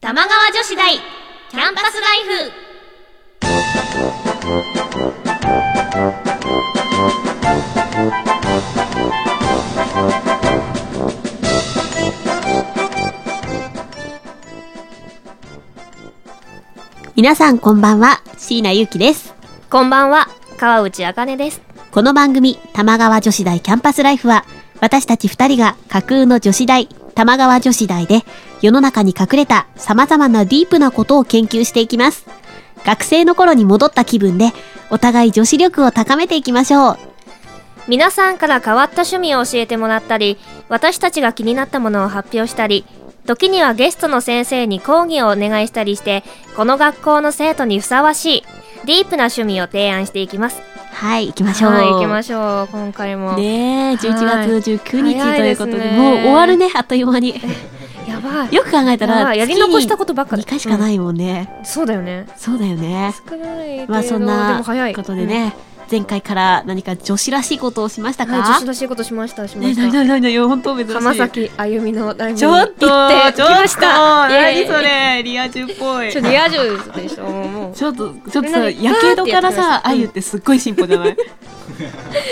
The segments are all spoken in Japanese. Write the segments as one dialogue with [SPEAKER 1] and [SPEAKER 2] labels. [SPEAKER 1] 玉川女子大キャンパスライフ
[SPEAKER 2] 皆さんこんばんは椎名ゆうきです
[SPEAKER 1] こんばんは川内あかねです
[SPEAKER 2] この番組玉川女子大キャンパスライフは私たち二人が架空の女子大玉川女子大で世の中に隠れた様々なディープなことを研究していきます学生の頃に戻った気分でお互い女子力を高めていきましょう
[SPEAKER 1] 皆さんから変わった趣味を教えてもらったり私たちが気になったものを発表したり時にはゲストの先生に講義をお願いしたりしてこの学校の生徒にふさわしいディープな趣味を提案していきます
[SPEAKER 2] はい行きましょう、
[SPEAKER 1] はい行きましょう今回も、
[SPEAKER 2] ねえ
[SPEAKER 1] はい
[SPEAKER 2] 11月19日
[SPEAKER 1] 早い
[SPEAKER 2] とい
[SPEAKER 1] で
[SPEAKER 2] う
[SPEAKER 1] す
[SPEAKER 2] こ
[SPEAKER 1] ね
[SPEAKER 2] とでもう終わるねあっという間に
[SPEAKER 1] やばい
[SPEAKER 2] よく考えた
[SPEAKER 1] やば
[SPEAKER 2] ら
[SPEAKER 1] いやり残した
[SPEAKER 2] こ
[SPEAKER 1] ことばっか、
[SPEAKER 2] 2回しかないいもんね、
[SPEAKER 1] うんそうだよね
[SPEAKER 2] そうだよね
[SPEAKER 1] 少ないけど
[SPEAKER 2] まあそん
[SPEAKER 1] でも
[SPEAKER 2] な
[SPEAKER 1] 早い
[SPEAKER 2] ことでね、前回から何か女子らしいことをしました
[SPEAKER 1] は
[SPEAKER 2] か、
[SPEAKER 1] い、女子らしいことしました、しま
[SPEAKER 2] ね
[SPEAKER 1] し
[SPEAKER 2] なに
[SPEAKER 1] た。
[SPEAKER 2] なになに本当珍しい。
[SPEAKER 1] 浜崎あゆみのライブに
[SPEAKER 2] ちょ
[SPEAKER 1] 行
[SPEAKER 2] っ
[SPEAKER 1] って
[SPEAKER 2] と、ちょっ
[SPEAKER 1] き
[SPEAKER 2] と、
[SPEAKER 1] ました。イエイ
[SPEAKER 2] 何それ、リア充っぽい。
[SPEAKER 1] ちょっとリア充でしょ、もう。
[SPEAKER 2] ちょっと、ちょっと
[SPEAKER 1] みんな
[SPEAKER 2] さ、
[SPEAKER 1] で
[SPEAKER 2] やけどから
[SPEAKER 1] ガーっ、てやってま
[SPEAKER 2] さ
[SPEAKER 1] した
[SPEAKER 2] あゆってすっごい進歩じ ゃない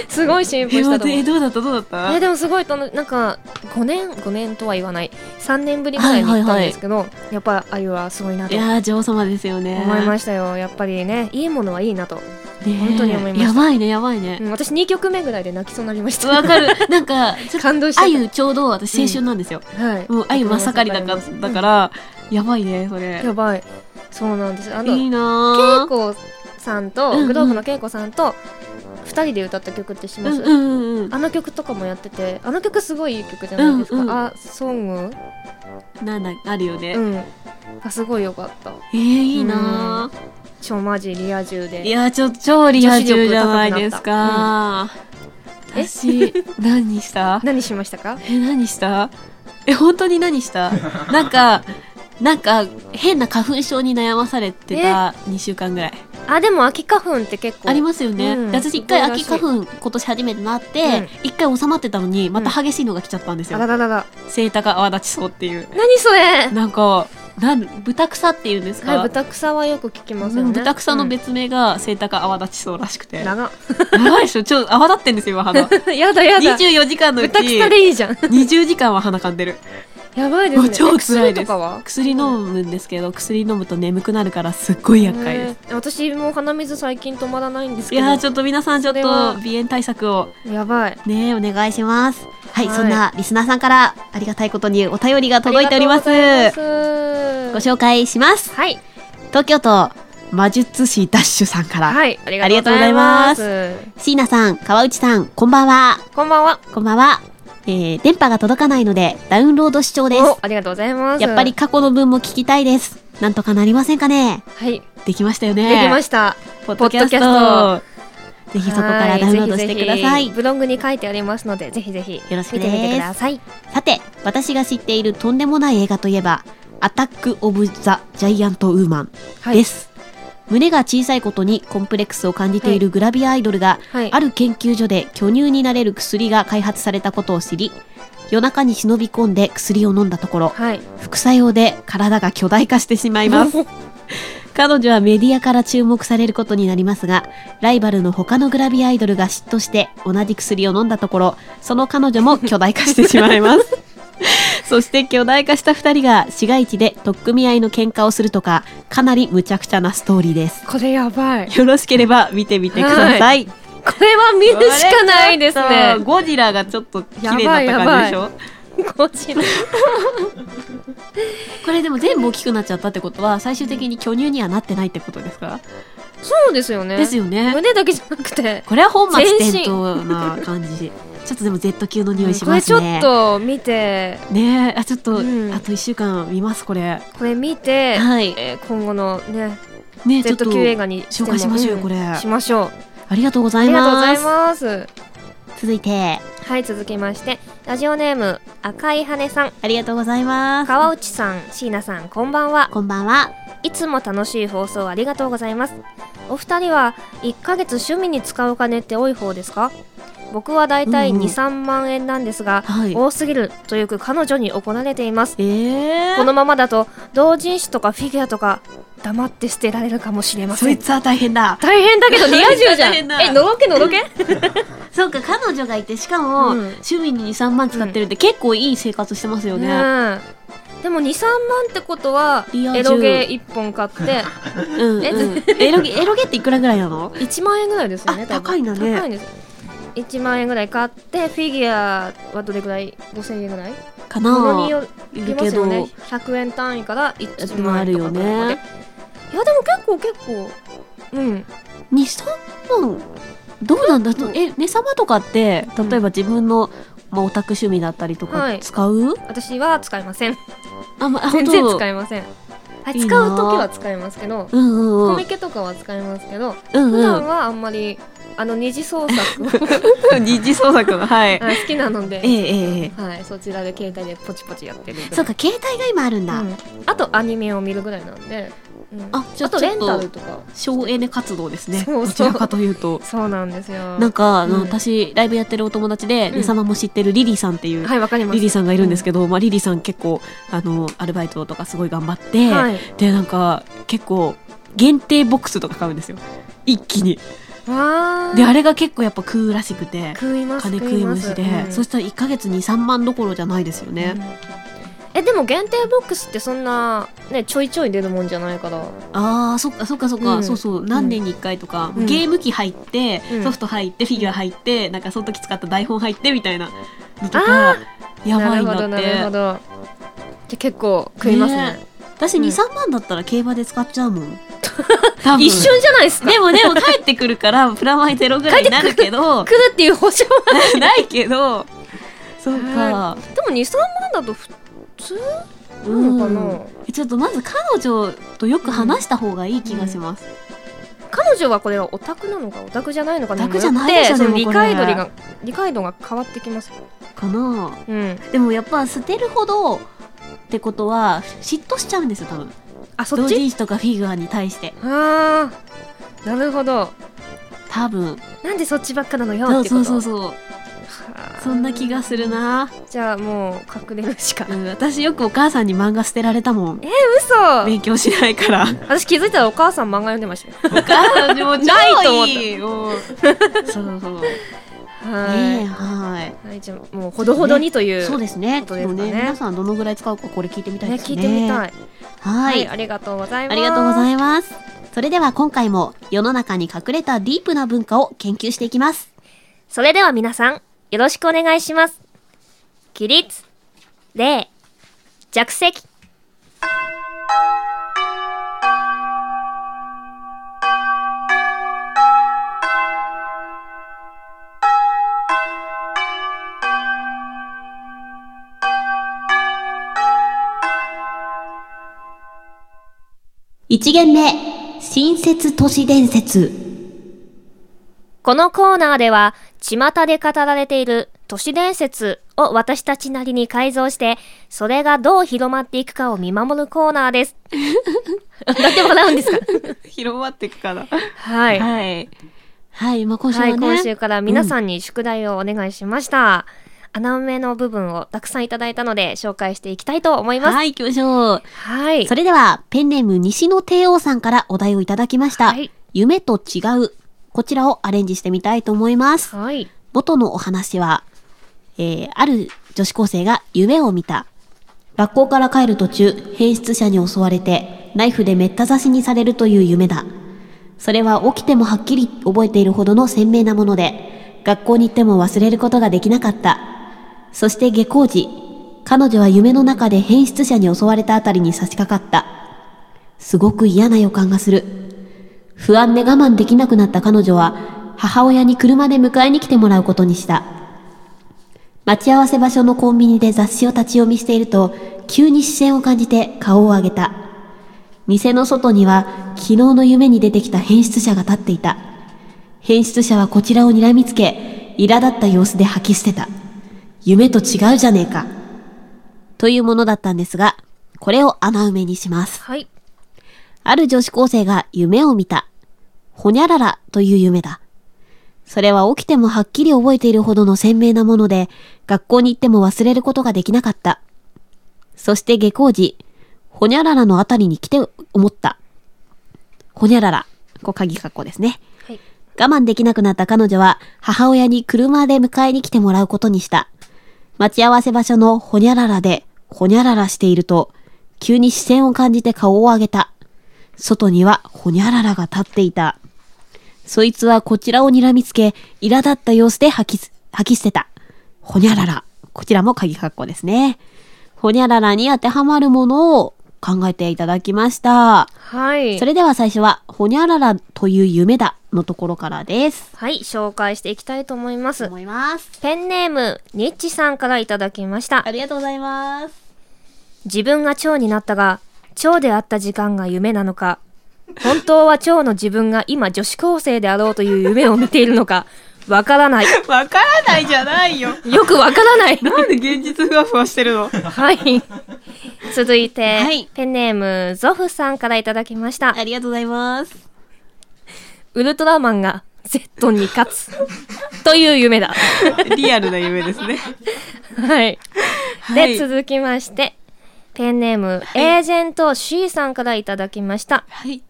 [SPEAKER 1] すごい進歩し
[SPEAKER 2] え、
[SPEAKER 1] た
[SPEAKER 2] 待っ
[SPEAKER 1] と
[SPEAKER 2] て
[SPEAKER 1] 思
[SPEAKER 2] え
[SPEAKER 1] う。
[SPEAKER 2] どうだったどうだった
[SPEAKER 1] えでもすごいとのなんか5年5年とは言わない3年ぶりぐらいに行ったんですけど、やっぱあゆはすごいないと
[SPEAKER 2] やー、女王様ですよね。
[SPEAKER 1] 思いましたよやっぱりねいいものはいいなと、
[SPEAKER 2] ねえ
[SPEAKER 1] 本当に思いました
[SPEAKER 2] やばいね、やばいね
[SPEAKER 1] う。ん私2曲目ぐらいで泣きそうになりました
[SPEAKER 2] わ かる。なんか、ちょっと、
[SPEAKER 1] 感動してた
[SPEAKER 2] あゆちょうど私青春なんですよ。
[SPEAKER 1] はい
[SPEAKER 2] もう、あゆ真っ盛りだかだから、やばいね、それ。
[SPEAKER 1] やばいそうなんですあの
[SPEAKER 2] いいな
[SPEAKER 1] 恵
[SPEAKER 2] ー。
[SPEAKER 1] 子さん
[SPEAKER 2] うんう
[SPEAKER 1] と
[SPEAKER 2] ん
[SPEAKER 1] グローブの恵子さんと2人で歌った曲ってし
[SPEAKER 2] う
[SPEAKER 1] ます、
[SPEAKER 2] んうんうんうん。
[SPEAKER 1] あの曲とかもやっててあの曲すごいいい曲じゃないですか、
[SPEAKER 2] うんうん
[SPEAKER 1] あソング
[SPEAKER 2] なんだ、あるよね。
[SPEAKER 1] うんあすごいよかった
[SPEAKER 2] えー、いいなー。
[SPEAKER 1] 超マジリア充で
[SPEAKER 2] いやー、ちょっと超リア充じゃないですか。
[SPEAKER 1] 女
[SPEAKER 2] 私、何した
[SPEAKER 1] 何しましたか
[SPEAKER 2] え、何したえ、本当に何したなんか、なんか、変な花粉症に悩まされてた2週間ぐらい。
[SPEAKER 1] あでも秋花粉って結構
[SPEAKER 2] ありますよね。
[SPEAKER 1] うん
[SPEAKER 2] で私一回
[SPEAKER 1] そうらし
[SPEAKER 2] 秋
[SPEAKER 1] い
[SPEAKER 2] 花粉今年初めてなって、一、回収まってたのに、また激しいのが来ちゃったんです
[SPEAKER 1] あ
[SPEAKER 2] よ。
[SPEAKER 1] らららら
[SPEAKER 2] セイタが泡立ちそうっていう。
[SPEAKER 1] 何それ
[SPEAKER 2] なんか、なん、豚草っていうんですか、
[SPEAKER 1] はい豚草はよく聞きますよね
[SPEAKER 2] 豚草の
[SPEAKER 1] 別
[SPEAKER 2] 別名がセイタが泡立ちそうらしくて。
[SPEAKER 1] 長
[SPEAKER 2] やばいでしょちょっと泡立ってんですよ、今 鼻。
[SPEAKER 1] やだやだ
[SPEAKER 2] 24時間のうち
[SPEAKER 1] 豚草でいいじゃん
[SPEAKER 2] 20時間は鼻かんでる。
[SPEAKER 1] やばいですね
[SPEAKER 2] もう超辛いです
[SPEAKER 1] え薬とかは
[SPEAKER 2] 薬飲むんですけど、薬飲むと眠くなるからすっごい厄介です。
[SPEAKER 1] えー私もう鼻水最近止まらないんです
[SPEAKER 2] い
[SPEAKER 1] けど
[SPEAKER 2] やーちょっと皆さんちょっ
[SPEAKER 1] それ
[SPEAKER 2] と
[SPEAKER 1] は
[SPEAKER 2] 鼻炎対策を
[SPEAKER 1] やばい
[SPEAKER 2] ねお願いします。はい、
[SPEAKER 1] はい
[SPEAKER 2] そんなリスナーさんからありがたいことにお便りが届いております。
[SPEAKER 1] ありがと
[SPEAKER 2] ご
[SPEAKER 1] うございます
[SPEAKER 2] 紹介します。
[SPEAKER 1] はい
[SPEAKER 2] 東京都魔術師ダッシュさんから。
[SPEAKER 1] はいあり
[SPEAKER 2] がとうございます椎名さん、川内さん、こんばんは。
[SPEAKER 1] こんばんは
[SPEAKER 2] こんばんは。えー、電波が届かないのでダウンロード視聴です。
[SPEAKER 1] おありがとうございます
[SPEAKER 2] やっぱり過去の分も聞きたいです。なんとかなりませんかね
[SPEAKER 1] はい
[SPEAKER 2] できましたよね。
[SPEAKER 1] できました
[SPEAKER 2] ポッ
[SPEAKER 1] ド
[SPEAKER 2] ド
[SPEAKER 1] キ
[SPEAKER 2] キ
[SPEAKER 1] ャ
[SPEAKER 2] ャ
[SPEAKER 1] スト
[SPEAKER 2] スト。ぜひそこからダウンロードしてくだ
[SPEAKER 1] は
[SPEAKER 2] さ
[SPEAKER 1] いぜひ
[SPEAKER 2] い。
[SPEAKER 1] ぜひブログに書いてありますのでぜひぜひ
[SPEAKER 2] よろしく
[SPEAKER 1] 見
[SPEAKER 2] で
[SPEAKER 1] て
[SPEAKER 2] す
[SPEAKER 1] みてください
[SPEAKER 2] さて、私が知っているとんでもない映画といえば、アタック・オブ・ザ・ジャイアント・ウーマン
[SPEAKER 1] はい
[SPEAKER 2] です。胸が小さいことにコンプレックスを感じているグラビアアイドルが、
[SPEAKER 1] はい
[SPEAKER 2] ある研究所で巨乳になれる薬が開発されたことを知り、夜中に忍び込んで薬を飲んだところ、
[SPEAKER 1] はい
[SPEAKER 2] 副作用で体が巨大化してしま います。彼女はメディアから注目されることになりますが、ライバルの他のグラビアアイドルが嫉妬して同じ薬を飲んだところ、その彼女も巨大化してしまい ます。そして巨大化した二人が市街地で取っ組み合いの喧嘩をするとか、かなり無茶苦茶なストーリーです。
[SPEAKER 1] これやばい
[SPEAKER 2] よろしければ見てみてくださ。
[SPEAKER 1] はいこれは見るしかないです
[SPEAKER 2] これちょっと
[SPEAKER 1] ね
[SPEAKER 2] ゴジラがちょっと綺麗だった感じでし
[SPEAKER 1] や
[SPEAKER 2] ょ
[SPEAKER 1] こちら
[SPEAKER 2] これでも全部大きくなっちゃったってことは、最終的に巨乳にはなってないってことですか
[SPEAKER 1] そうですよね
[SPEAKER 2] ですよね。
[SPEAKER 1] 胸だけじゃなくて
[SPEAKER 2] これは本末転倒な感じ。ちょっとでも Z 級の匂いし
[SPEAKER 1] これ
[SPEAKER 2] ま
[SPEAKER 1] ち
[SPEAKER 2] す
[SPEAKER 1] ょ
[SPEAKER 2] ね。
[SPEAKER 1] っと見て
[SPEAKER 2] ねえ、あ、ちょっと、
[SPEAKER 1] うん
[SPEAKER 2] あと一週間見ます、これ。
[SPEAKER 1] これ見て、
[SPEAKER 2] はい
[SPEAKER 1] えー今後のね
[SPEAKER 2] ねえ、ちょっと
[SPEAKER 1] Z 級映画にして
[SPEAKER 2] 紹
[SPEAKER 1] も
[SPEAKER 2] 介しましょうよ、これ。
[SPEAKER 1] うんし
[SPEAKER 2] あ
[SPEAKER 1] ましょう
[SPEAKER 2] りがとうござ
[SPEAKER 1] あ
[SPEAKER 2] い
[SPEAKER 1] りがとうご
[SPEAKER 2] ま
[SPEAKER 1] ざい
[SPEAKER 2] す。
[SPEAKER 1] ます
[SPEAKER 2] 続いて、
[SPEAKER 1] はい続きましてラジオネーム赤い羽さん
[SPEAKER 2] ありがとうございます。
[SPEAKER 1] 川内さん椎名さんこんばんは
[SPEAKER 2] こんばんは。
[SPEAKER 1] いつも楽しい放送ありがとうございますお二人は1ヶ月趣味に使うお金って多い方ですか僕はだいたい
[SPEAKER 2] うんうん
[SPEAKER 1] 23万円なんですが、
[SPEAKER 2] はい。
[SPEAKER 1] 多すぎるというく彼女に怒られています
[SPEAKER 2] ええー。
[SPEAKER 1] このままだと同人誌とかフィギュアとか黙って捨てられるかもしれま
[SPEAKER 2] そ
[SPEAKER 1] せ
[SPEAKER 2] い
[SPEAKER 1] ん
[SPEAKER 2] つは大変だ。
[SPEAKER 1] 大変だけど リア充じゃ
[SPEAKER 2] 大
[SPEAKER 1] ん
[SPEAKER 2] 変だ
[SPEAKER 1] えのろけのろけ
[SPEAKER 2] そうか、彼女がいて、しかも、
[SPEAKER 1] うん
[SPEAKER 2] 趣味に2、3万使ってるって結構いい生活してますよね。
[SPEAKER 1] ねえでも23万ってことは
[SPEAKER 2] リア充
[SPEAKER 1] エロゲー1本買 って
[SPEAKER 2] うん、うん。
[SPEAKER 1] え
[SPEAKER 2] エロゲ、エロゲっていくらぐらいなの
[SPEAKER 1] 1万円ぐらいですよね
[SPEAKER 2] あ
[SPEAKER 1] 多分
[SPEAKER 2] 高いんだね
[SPEAKER 1] 高いんです1万円ぐらい買ってフィギュアはどれぐらい5000円ぐらい
[SPEAKER 2] か
[SPEAKER 1] もの
[SPEAKER 2] な
[SPEAKER 1] によ
[SPEAKER 2] い
[SPEAKER 1] り
[SPEAKER 2] る
[SPEAKER 1] ま
[SPEAKER 2] け
[SPEAKER 1] すよ
[SPEAKER 2] ど、
[SPEAKER 1] ね100円単位から1万円とかぐらいまでい
[SPEAKER 2] でも
[SPEAKER 1] やでも結構結構うん
[SPEAKER 2] 2、3万、どうなんだと、え、値様とかって、例えば自分の、まあ、オタク趣味だったりと
[SPEAKER 1] は
[SPEAKER 2] か、
[SPEAKER 1] い
[SPEAKER 2] 使う、
[SPEAKER 1] 私は使いません
[SPEAKER 2] あ、まあ、
[SPEAKER 1] 全然
[SPEAKER 2] 本当
[SPEAKER 1] 使いませんはい
[SPEAKER 2] いい
[SPEAKER 1] 使
[SPEAKER 2] な
[SPEAKER 1] う時は使いますけど
[SPEAKER 2] うんうん
[SPEAKER 1] コ
[SPEAKER 2] う
[SPEAKER 1] ミ
[SPEAKER 2] ん。
[SPEAKER 1] ケとかは使いますけど
[SPEAKER 2] うん
[SPEAKER 1] 普段
[SPEAKER 2] う
[SPEAKER 1] はあんまりあの二次創作 を
[SPEAKER 2] ん。二次創作の、 はい。
[SPEAKER 1] はい好きなので
[SPEAKER 2] えええええ
[SPEAKER 1] はい、そちらで携帯でポチポチやってるぐら
[SPEAKER 2] え。
[SPEAKER 1] い
[SPEAKER 2] そうか、携帯が今あるんだ。
[SPEAKER 1] うんあとアニメを見るぐらいなんで、うん
[SPEAKER 2] あ
[SPEAKER 1] あ
[SPEAKER 2] じゃあ
[SPEAKER 1] と
[SPEAKER 2] ちょっ
[SPEAKER 1] レ
[SPEAKER 2] と
[SPEAKER 1] ンタルとか
[SPEAKER 2] 省エネ活動ですね。
[SPEAKER 1] そうそう
[SPEAKER 2] どちらかというと。
[SPEAKER 1] そうなんですよ
[SPEAKER 2] なんか、あの
[SPEAKER 1] うん
[SPEAKER 2] 私ライブやってるお友達で、
[SPEAKER 1] うん
[SPEAKER 2] ねさまも知ってるリリーさんっていう、
[SPEAKER 1] はいわかります
[SPEAKER 2] リリーさんがいるんですけど、まあ、リリーさん結構あのアルバイトとかすごい頑張って、
[SPEAKER 1] はい
[SPEAKER 2] でなんか結構限定ボックスとか買うんですよ一気に
[SPEAKER 1] わー
[SPEAKER 2] であれが結構やっぱ食うらしくて
[SPEAKER 1] 食います
[SPEAKER 2] 金食い虫で、
[SPEAKER 1] ますうん
[SPEAKER 2] そしたら1ヶ月に3万どころじゃないですよ
[SPEAKER 1] うん
[SPEAKER 2] ね、
[SPEAKER 1] えでも限定ボックスってそんなねちょいちょい出るもんじゃないから
[SPEAKER 2] あーそっかそっかそっか、
[SPEAKER 1] うん
[SPEAKER 2] そうそう何年に1回とか、
[SPEAKER 1] うん
[SPEAKER 2] ゲーム機入って、
[SPEAKER 1] うん
[SPEAKER 2] ソフト入ってフィギュア入ってなんかその時使った台本入ってみたいなのとかやばいんだ
[SPEAKER 1] なるほ
[SPEAKER 2] って
[SPEAKER 1] どなるほどじゃあ結構食いますね
[SPEAKER 2] ね私
[SPEAKER 1] うん
[SPEAKER 2] 23万だったら競馬で使っちゃうも ん多分
[SPEAKER 1] 一瞬じゃないですか
[SPEAKER 2] でもでも帰ってくるからプラマイゼロぐらいになるけど
[SPEAKER 1] 来るっていう保証は
[SPEAKER 2] ないけどそうか、
[SPEAKER 1] でも23万だと普通なのかな
[SPEAKER 2] ちょっとまず彼女とよく話した方がいい気がします、
[SPEAKER 1] 彼女はこれはオタクなのかオタクじゃないのかにもよって
[SPEAKER 2] オタクじゃないでしょ
[SPEAKER 1] その
[SPEAKER 2] で
[SPEAKER 1] 理
[SPEAKER 2] もこれ
[SPEAKER 1] 解度が理解度が変わってきます
[SPEAKER 2] かな
[SPEAKER 1] うん
[SPEAKER 2] でもやっぱ捨てるほどってことは嫉妬しちゃうんですよ多分
[SPEAKER 1] あそ
[SPEAKER 2] 同
[SPEAKER 1] っち
[SPEAKER 2] 人誌とかフィギュアに対して
[SPEAKER 1] あーなるほど
[SPEAKER 2] 多分
[SPEAKER 1] なんでそっちばっかなのよ
[SPEAKER 2] そう
[SPEAKER 1] ってこ
[SPEAKER 2] そ
[SPEAKER 1] と
[SPEAKER 2] うそうそう
[SPEAKER 1] はあ
[SPEAKER 2] そんな気がするな、
[SPEAKER 1] じゃあもう隠れるしか
[SPEAKER 2] うん、私よくお母さんに漫画捨てられたもん
[SPEAKER 1] 嘘
[SPEAKER 2] 勉強しないから
[SPEAKER 1] 私気づいたらお母さん漫画読んでましたよ
[SPEAKER 2] お母さんにも
[SPEAKER 1] ないと思った
[SPEAKER 2] ったそうそうねえ
[SPEAKER 1] は
[SPEAKER 2] はい
[SPEAKER 1] いはいじゃあもうほどほどにという
[SPEAKER 2] そうですね。
[SPEAKER 1] ことですかね
[SPEAKER 2] ちょっと皆さんどのぐらい使うかこれ聞いてみたい
[SPEAKER 1] ね
[SPEAKER 2] です
[SPEAKER 1] 聞
[SPEAKER 2] ね。
[SPEAKER 1] いてみたい
[SPEAKER 2] は。
[SPEAKER 1] はいいありがとうございま
[SPEAKER 2] あ
[SPEAKER 1] す
[SPEAKER 2] りがとうございます。それでは今回も世の中に隠れたディープな文化を研究していきます。
[SPEAKER 1] それでは皆さん、よろしくお願いします。起立、礼、着席。
[SPEAKER 2] 一限目、新設都市伝説。
[SPEAKER 1] このコーナーでは、巷で語られている都市伝説を私たちなりに改造して、それがどう広まっていくかを見守るコーナー です。だって笑うんです か
[SPEAKER 2] 広まっていくかな。
[SPEAKER 1] ははい、
[SPEAKER 2] はい。はい、まあ今週はね。
[SPEAKER 1] 今週から皆さんに宿題をお願いしました。穴埋めの部分をたくさんいただいたので、紹介していきたいと思います。
[SPEAKER 2] はい、行きましょう。
[SPEAKER 1] はい。
[SPEAKER 2] それでは、ペンネーム西野帝王さんからお題をいただきました。
[SPEAKER 1] はい
[SPEAKER 2] 夢と違う。こちらをアレンジしてみたいと思います。
[SPEAKER 1] はい。
[SPEAKER 2] 元のお話は、えー、ある女子高生が夢を見た。学校から帰る途中、変質者に襲われて、ナイフでめった刺しにされるという夢だ。それは起きてもはっきり覚えているほどの鮮明なもので、学校に行っても忘れることができなかった。そして下校時、彼女は夢の中で変質者に襲われたあたりに差し掛かった。すごく嫌な予感がする。不安で我慢できなくなった彼女は、母親に車で迎えに来てもらうことにした。待ち合わせ場所のコンビニで雑誌を立ち読みしていると、急に視線を感じて顔を上げた。店の外には、昨日の夢に出てきた変質者が立っていた。変質者はこちらを睨みつけ、苛立った様子で吐き捨てた。夢と違うじゃねえか。というものだったんですが、これを穴埋めにします。
[SPEAKER 1] はい。
[SPEAKER 2] ある女子高生が夢を見た。ほにゃららという夢だ。それは起きてもはっきり覚えているほどの鮮明なもので、学校に行っても忘れることができなかった。そして下校時、ほにゃららのあたりに来て思った。ほにゃらら、こう鍵括弧ですね。
[SPEAKER 1] はい。
[SPEAKER 2] 我慢できなくなった彼女は母親に車で迎えに来てもらうことにした。待ち合わせ場所のほにゃららでほにゃららしていると、急に視線を感じて顔を上げた。外にはほにゃららが立っていた。そいつはこちらを睨みつけ、苛立った様子で吐きす、吐き捨てた。ほにゃらら。こちらも鍵括弧ですね。ほにゃららに当てはまるものを考えていただきました。
[SPEAKER 1] はい。
[SPEAKER 2] それでは最初は、ほにゃららという夢だのところからです。
[SPEAKER 1] はい、紹介していきたいと思います。
[SPEAKER 2] 思います。
[SPEAKER 1] ペンネーム、ニッチさんからいただきました
[SPEAKER 2] あ。りがとうございます。
[SPEAKER 1] 自分が蝶になったが、蝶であった時間が夢なのか、本当は蝶の自分が今女子高生であろうという夢を見ているのか、わからない。
[SPEAKER 2] わからないじゃないよ。
[SPEAKER 1] よくわからない。
[SPEAKER 2] なんで現実ふわふわしてるの
[SPEAKER 1] はい。続いて、
[SPEAKER 2] はい
[SPEAKER 1] ペンネーム、ゾフさんからいただきました。
[SPEAKER 2] ありがとうございます。
[SPEAKER 1] ウルトラマンが Z に勝つ。という夢だ。
[SPEAKER 2] リアルな夢ですね。
[SPEAKER 1] はい。
[SPEAKER 2] は
[SPEAKER 1] で、
[SPEAKER 2] い。
[SPEAKER 1] 続きまして、ペンネーム、エージェント C さんからいただきました。
[SPEAKER 2] はい。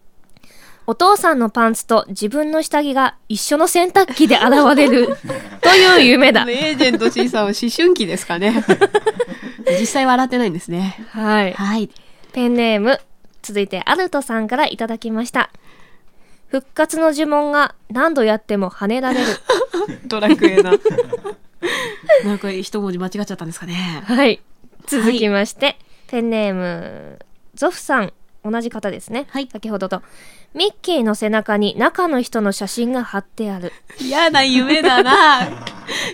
[SPEAKER 1] お父さんのパンツと自分の下着が一緒の洗濯機で現れ るという夢だ。
[SPEAKER 2] エージェント C さんは思春期ですか ね。実際笑ってないんですね。
[SPEAKER 1] はい。
[SPEAKER 2] はい。
[SPEAKER 1] ペンネーム、続いてアルトさんからいただきました。復活の呪文が何度やっても跳ねられる。
[SPEAKER 2] ドラクエ な。なんか一文字間違っちゃったんですかね。
[SPEAKER 1] はい。続きまして、ペンネーム、ゾフさん、同じ方ですね。
[SPEAKER 2] はい
[SPEAKER 1] 先ほどと。ミッキーの背中に中の人の写真が貼ってある。
[SPEAKER 2] 嫌な夢だな。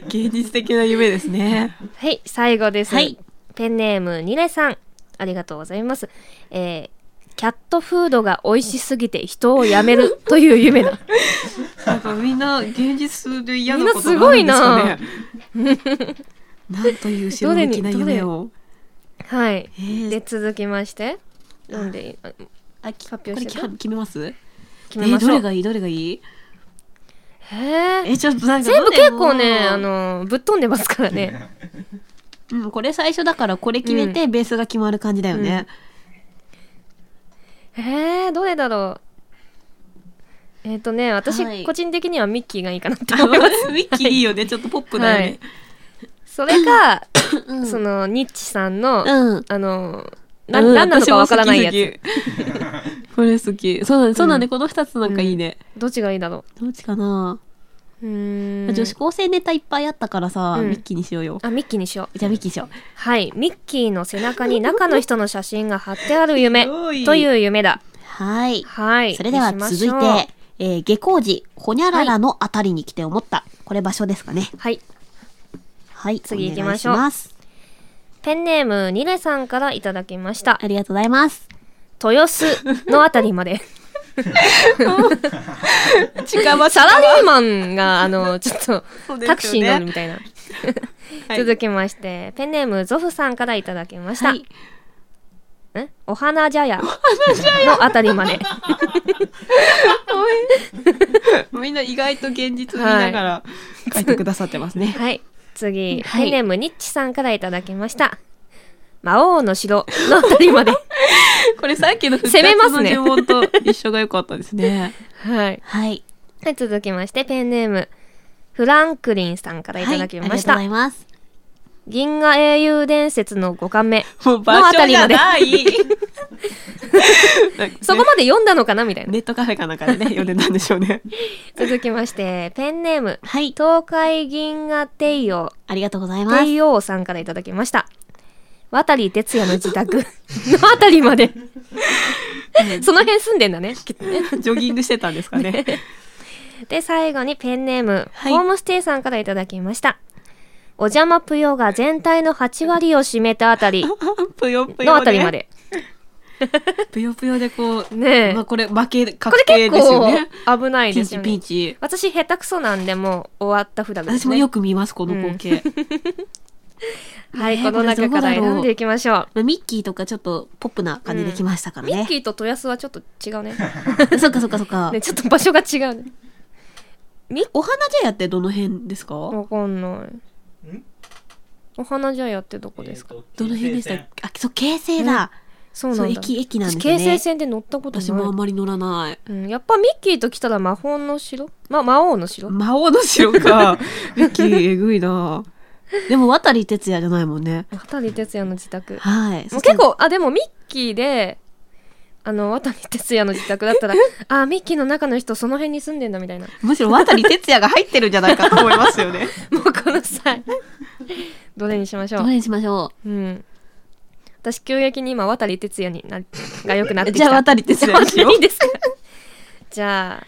[SPEAKER 2] 現実的な夢ですね。
[SPEAKER 1] はい、最後です。
[SPEAKER 2] はい
[SPEAKER 1] ペンネーム、ニレさん。ありがとうございます。えー、キャットフードが美味しすぎて人を辞め るという夢だ。
[SPEAKER 2] なんかみんな現実で嫌
[SPEAKER 1] な
[SPEAKER 2] な
[SPEAKER 1] こ
[SPEAKER 2] ことと
[SPEAKER 1] が
[SPEAKER 2] が
[SPEAKER 1] あ
[SPEAKER 2] あ
[SPEAKER 1] るん
[SPEAKER 2] るん
[SPEAKER 1] で
[SPEAKER 2] で
[SPEAKER 1] か
[SPEAKER 2] すすか
[SPEAKER 1] ね
[SPEAKER 2] ね。 なんという白向きな夢を。
[SPEAKER 1] はい。
[SPEAKER 2] えー
[SPEAKER 1] で、続きまして、読んでいいあ
[SPEAKER 2] あ、き
[SPEAKER 1] 発表してる
[SPEAKER 2] これ決めます
[SPEAKER 1] 決めまし
[SPEAKER 2] えーど
[SPEAKER 1] ょ
[SPEAKER 2] れ
[SPEAKER 1] う。
[SPEAKER 2] がいいどれがいい
[SPEAKER 1] へ
[SPEAKER 2] え
[SPEAKER 1] え。
[SPEAKER 2] ーちょっとなんか
[SPEAKER 1] 全部
[SPEAKER 2] どれ
[SPEAKER 1] 結
[SPEAKER 2] も
[SPEAKER 1] 構ね、あ、の、ぶっ飛んでますからね。
[SPEAKER 2] うん、これ最初だからこれ決めてベースが決まる感じだよね。
[SPEAKER 1] へえ、どれだろう。えっ、とね、私、
[SPEAKER 2] はい
[SPEAKER 1] 個人的にはミッキーがいいかなって
[SPEAKER 2] あ
[SPEAKER 1] 思います。
[SPEAKER 2] ミッキーいい よね。ちょっとポップだよね。
[SPEAKER 1] それか、
[SPEAKER 2] うん
[SPEAKER 1] その、ニッチさんの、
[SPEAKER 2] うん。
[SPEAKER 1] あの、な、
[SPEAKER 2] うん
[SPEAKER 1] 何なのかわからないや。つ。
[SPEAKER 2] 私も好き好き これ好き。そうだね。そうだね。この二つなんかいいね。
[SPEAKER 1] どっちがいいだろ
[SPEAKER 2] どっちかな、
[SPEAKER 1] う。うーん。
[SPEAKER 2] 女子高生ネタいっぱいあったからさ、
[SPEAKER 1] うん
[SPEAKER 2] ミッキーにしようよ。
[SPEAKER 1] あ、ミッキーにしよう。
[SPEAKER 2] じゃあミッキーにしよう。
[SPEAKER 1] はい。ミッキーの背中に中の人の写真が貼ってある夢。
[SPEAKER 2] すごい
[SPEAKER 1] という夢だ。
[SPEAKER 2] はい。
[SPEAKER 1] はい。
[SPEAKER 2] それでは
[SPEAKER 1] にしま
[SPEAKER 2] 続い
[SPEAKER 1] してょう、
[SPEAKER 2] えー下校時、ほにゃららのあたりに来て思った。これ場所ですかね。
[SPEAKER 1] はい。
[SPEAKER 2] はい。
[SPEAKER 1] 次
[SPEAKER 2] お願
[SPEAKER 1] 行き
[SPEAKER 2] い
[SPEAKER 1] ましょう
[SPEAKER 2] ます
[SPEAKER 1] ペンネーム、ニレさんからいただきました
[SPEAKER 2] あ。りがとうございます。
[SPEAKER 1] 豊洲のあたりま で。
[SPEAKER 2] 近場
[SPEAKER 1] サラリーマンが、あの、ちょっと
[SPEAKER 2] そう、ですよね
[SPEAKER 1] タクシー乗るみたいな。
[SPEAKER 2] はい
[SPEAKER 1] 続きまして、ペンネーム、ゾフさんからいただきました。
[SPEAKER 2] はい。
[SPEAKER 1] んお花茶屋のあたりまで。
[SPEAKER 2] みんな意外と現実
[SPEAKER 1] 見なが
[SPEAKER 2] ら書いてくださってますね。
[SPEAKER 1] はい。次、
[SPEAKER 2] はい
[SPEAKER 1] ペンネームニッチさんからいただきました。魔王の城のあたりまで。
[SPEAKER 2] これさっきの復
[SPEAKER 1] 攻めますね
[SPEAKER 2] 文と一緒が良かったですね。
[SPEAKER 1] はい。
[SPEAKER 2] はい。
[SPEAKER 1] はい、続きまして、ペンネーム、フランクリンさんからいただきました。
[SPEAKER 2] はいありがとうございます。
[SPEAKER 1] 銀河英雄伝説の5巻目。
[SPEAKER 2] もう場所じゃない。
[SPEAKER 1] そこまで読んだのかなみたいな。
[SPEAKER 2] ネットカフェかなんかでね、読んでたんでしょうね。
[SPEAKER 1] 続きまして、ペンネーム、
[SPEAKER 2] はい。
[SPEAKER 1] 東海銀河帝王、
[SPEAKER 2] ありがとうございます。
[SPEAKER 1] 帝王さんからいただきました。渡り哲也の自宅のあたり まで。その辺住んでんだね。きっとね
[SPEAKER 2] ジョギングしてたんですかね。
[SPEAKER 1] で、最後にペンネーム、
[SPEAKER 2] はい
[SPEAKER 1] ホームステイさんからいただきました。お邪魔ぷよが全体の8割を占めたあたり
[SPEAKER 2] ぷよぷよ。
[SPEAKER 1] のあたりま。で。
[SPEAKER 2] ぷよぷよでこう、
[SPEAKER 1] ねえ
[SPEAKER 2] まあこれ負け
[SPEAKER 1] こ
[SPEAKER 2] 確
[SPEAKER 1] れ
[SPEAKER 2] 定
[SPEAKER 1] 結
[SPEAKER 2] ですよ
[SPEAKER 1] 構
[SPEAKER 2] ね。
[SPEAKER 1] 危ない
[SPEAKER 2] ピ
[SPEAKER 1] で
[SPEAKER 2] ン
[SPEAKER 1] すよ
[SPEAKER 2] チピン
[SPEAKER 1] ね。
[SPEAKER 2] チ。
[SPEAKER 1] 私下手くそなんでもう終わった札です、ね。
[SPEAKER 2] 私もよく見ます、この光景。
[SPEAKER 1] はい、
[SPEAKER 2] ね
[SPEAKER 1] この中から選んでいきましょう。
[SPEAKER 2] まあミッキーとかちょっとポップな感じできましたから
[SPEAKER 1] ミッ
[SPEAKER 2] ね。
[SPEAKER 1] キーと豊洲はちょっと違うね。
[SPEAKER 2] そっかそっかそっか
[SPEAKER 1] ね。ちょっと場所が違うね。み
[SPEAKER 2] お花茶屋ってどの辺ですか
[SPEAKER 1] わかんない。
[SPEAKER 3] ん
[SPEAKER 1] お花茶屋ってどこですか、
[SPEAKER 3] えーと
[SPEAKER 2] どの辺でしたっ
[SPEAKER 3] 京成
[SPEAKER 2] けあ、そう、京成だ。
[SPEAKER 1] そう
[SPEAKER 2] そ
[SPEAKER 1] な
[SPEAKER 2] う、
[SPEAKER 1] んだ。
[SPEAKER 2] 駅、駅なん
[SPEAKER 1] 私、
[SPEAKER 2] ですね。
[SPEAKER 1] 京成線で乗ったことない。
[SPEAKER 2] 私もあんまり乗らない。
[SPEAKER 1] うん、やっぱミッキーと来たら魔法の城ま、魔王の城
[SPEAKER 2] 魔王の城 か。駅、えぐいなでも、渡哲也じゃないもんね。
[SPEAKER 1] 渡哲也の自宅。
[SPEAKER 2] はい。
[SPEAKER 1] もう結構、あ、でもミッキーで、あの、渡哲也の自宅だ ったら、あ、ミッキーの中の人その辺に住んでんだみたいな。
[SPEAKER 2] むしろ渡哲也が入ってるんじゃないかと思いますよ ね。
[SPEAKER 1] もうこの際。どれにしましょ
[SPEAKER 2] ど
[SPEAKER 1] う。
[SPEAKER 2] れにしましょ
[SPEAKER 1] うん。私、急激に今、渡哲也にな、が良くなって
[SPEAKER 2] う。
[SPEAKER 1] き
[SPEAKER 2] じ
[SPEAKER 1] た。
[SPEAKER 2] ゃあ渡哲也に しよう
[SPEAKER 1] いい。ですか じゃあ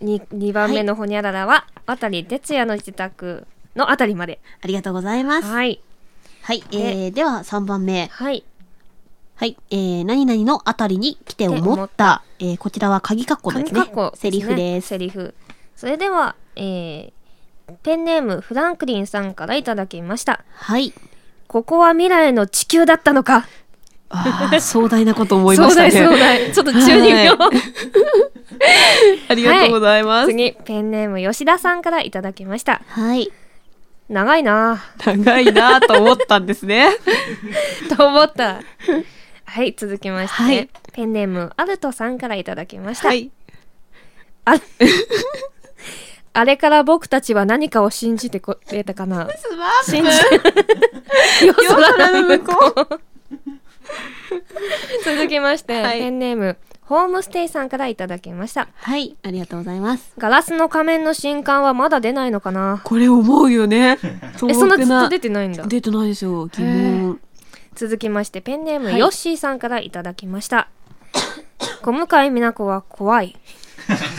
[SPEAKER 1] に2番目のほにゃららは、渡哲也の自宅のあたりまで
[SPEAKER 2] ありがとうございます。
[SPEAKER 1] はい
[SPEAKER 2] はい。えー、では3番目。
[SPEAKER 1] はい
[SPEAKER 2] はい。えー、何々のあたりに来て思っ
[SPEAKER 1] 来
[SPEAKER 2] た。
[SPEAKER 1] て思った
[SPEAKER 2] えー、こちらは鍵括弧です
[SPEAKER 1] 紙
[SPEAKER 2] ね。
[SPEAKER 1] 括弧
[SPEAKER 2] セリフです。
[SPEAKER 1] セリフそれでは、えーペンネームフランクリンさんからいただきました
[SPEAKER 2] はい。
[SPEAKER 1] ここは未来の地球だったのか
[SPEAKER 2] あ あ、壮大なこと思いましたね。
[SPEAKER 1] 壮大壮大ちょっと 中二病、
[SPEAKER 2] はありがとうございます。
[SPEAKER 1] 次ペンネーム吉田さんからいただきました
[SPEAKER 2] はい。
[SPEAKER 1] 長いな
[SPEAKER 2] 長いなと思ったんです ね。
[SPEAKER 1] ぁと思ったはい続きまして、
[SPEAKER 2] はい
[SPEAKER 1] ペンネームアルトさんからいただきました、
[SPEAKER 2] はい。
[SPEAKER 1] あれから僕たちは何かを信じてこれたかな
[SPEAKER 2] スマップ信じ
[SPEAKER 1] 夜
[SPEAKER 2] 空の向こう。
[SPEAKER 1] 続きまして、
[SPEAKER 2] はい
[SPEAKER 1] ペンネームホームステイさんからいただきました
[SPEAKER 2] はい。ありがとうございます。
[SPEAKER 1] ガラスの仮面の新刊はまだ出ないのかな
[SPEAKER 2] これ思うよね。
[SPEAKER 1] えそんなずっと出
[SPEAKER 2] 出て
[SPEAKER 1] てないんだ
[SPEAKER 2] 出てないですよ。疑問。
[SPEAKER 1] 続きましてペンネーム、
[SPEAKER 2] はい
[SPEAKER 1] ヨッシーさんからいただきました小向井美奈子は怖い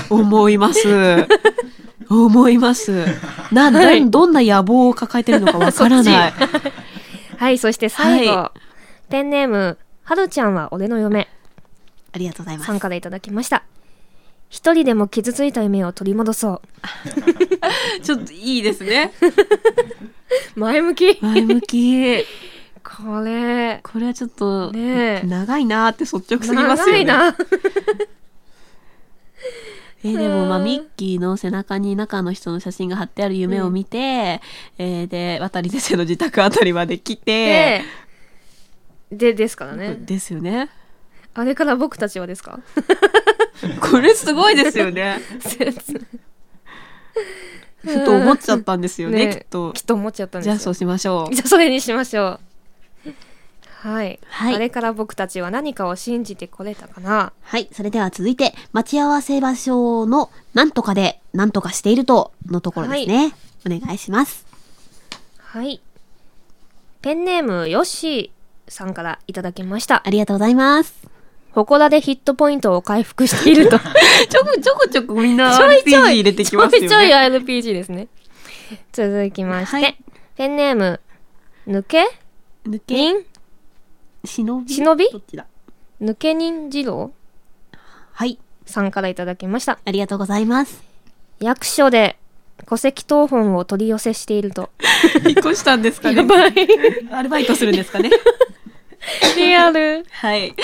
[SPEAKER 2] 思います。思います。な、
[SPEAKER 1] は
[SPEAKER 2] ないん、どんな野望を抱えてるのかわからない。
[SPEAKER 1] はいそして最後、
[SPEAKER 2] は
[SPEAKER 1] ペンネームはるちゃんは俺の嫁
[SPEAKER 2] ありがとうございます
[SPEAKER 1] さん。からいただきました一人でも傷ついた夢を取り戻そ
[SPEAKER 2] ちょっといいですね。
[SPEAKER 1] う前向 き
[SPEAKER 2] 前向き。
[SPEAKER 1] これ
[SPEAKER 2] これはちょっと、
[SPEAKER 1] ねえ
[SPEAKER 2] 長いなーって率直すぎますよ
[SPEAKER 1] 長
[SPEAKER 2] ね。
[SPEAKER 1] いな
[SPEAKER 2] えーでもまあ
[SPEAKER 1] うん
[SPEAKER 2] ミッキーの背中に中の人の写真が貼ってある夢を見て、えーで渡り先生の自宅あたりまで来て
[SPEAKER 1] で、でですからね。
[SPEAKER 2] ですよね
[SPEAKER 1] あれから僕たちはですか
[SPEAKER 2] これすごいですよねふと思っちゃったんですよね
[SPEAKER 1] ね
[SPEAKER 2] きっと
[SPEAKER 1] きっと思っちゃったんです
[SPEAKER 2] じゃ
[SPEAKER 1] よ
[SPEAKER 2] あそうしましょう
[SPEAKER 1] じゃあそれにしましょう。はい。
[SPEAKER 2] はい
[SPEAKER 1] あれから僕たちは何かを信じてこれたかな
[SPEAKER 2] はいそれでは続いて待ち合わせ場所のなんとかでなんとかしているとのところですね、お願いします
[SPEAKER 1] はい。ペンネームヨッシーさんからいただきました
[SPEAKER 2] あ。りがとうございます
[SPEAKER 1] ほこらでヒットポイントを回復していると。
[SPEAKER 2] ちょこちょこちょこみんな
[SPEAKER 1] ちょいちょい、
[SPEAKER 2] RPG 入れてきますよね
[SPEAKER 1] ちょいちょい RPG ですね。続きまして、
[SPEAKER 2] はい
[SPEAKER 1] ペンネーム、抜け
[SPEAKER 2] 抜け
[SPEAKER 1] 人
[SPEAKER 2] 忍び
[SPEAKER 1] 忍び
[SPEAKER 2] どっちだ
[SPEAKER 1] 抜け人二郎
[SPEAKER 2] はい
[SPEAKER 1] さんからいただきました。
[SPEAKER 2] ありがとうございます
[SPEAKER 1] 役所で戸籍謄本を取り寄せしていると。
[SPEAKER 2] 引っ越したんですかね。
[SPEAKER 1] い。
[SPEAKER 2] アルバイトするんですかね。
[SPEAKER 1] リアル。
[SPEAKER 2] はい。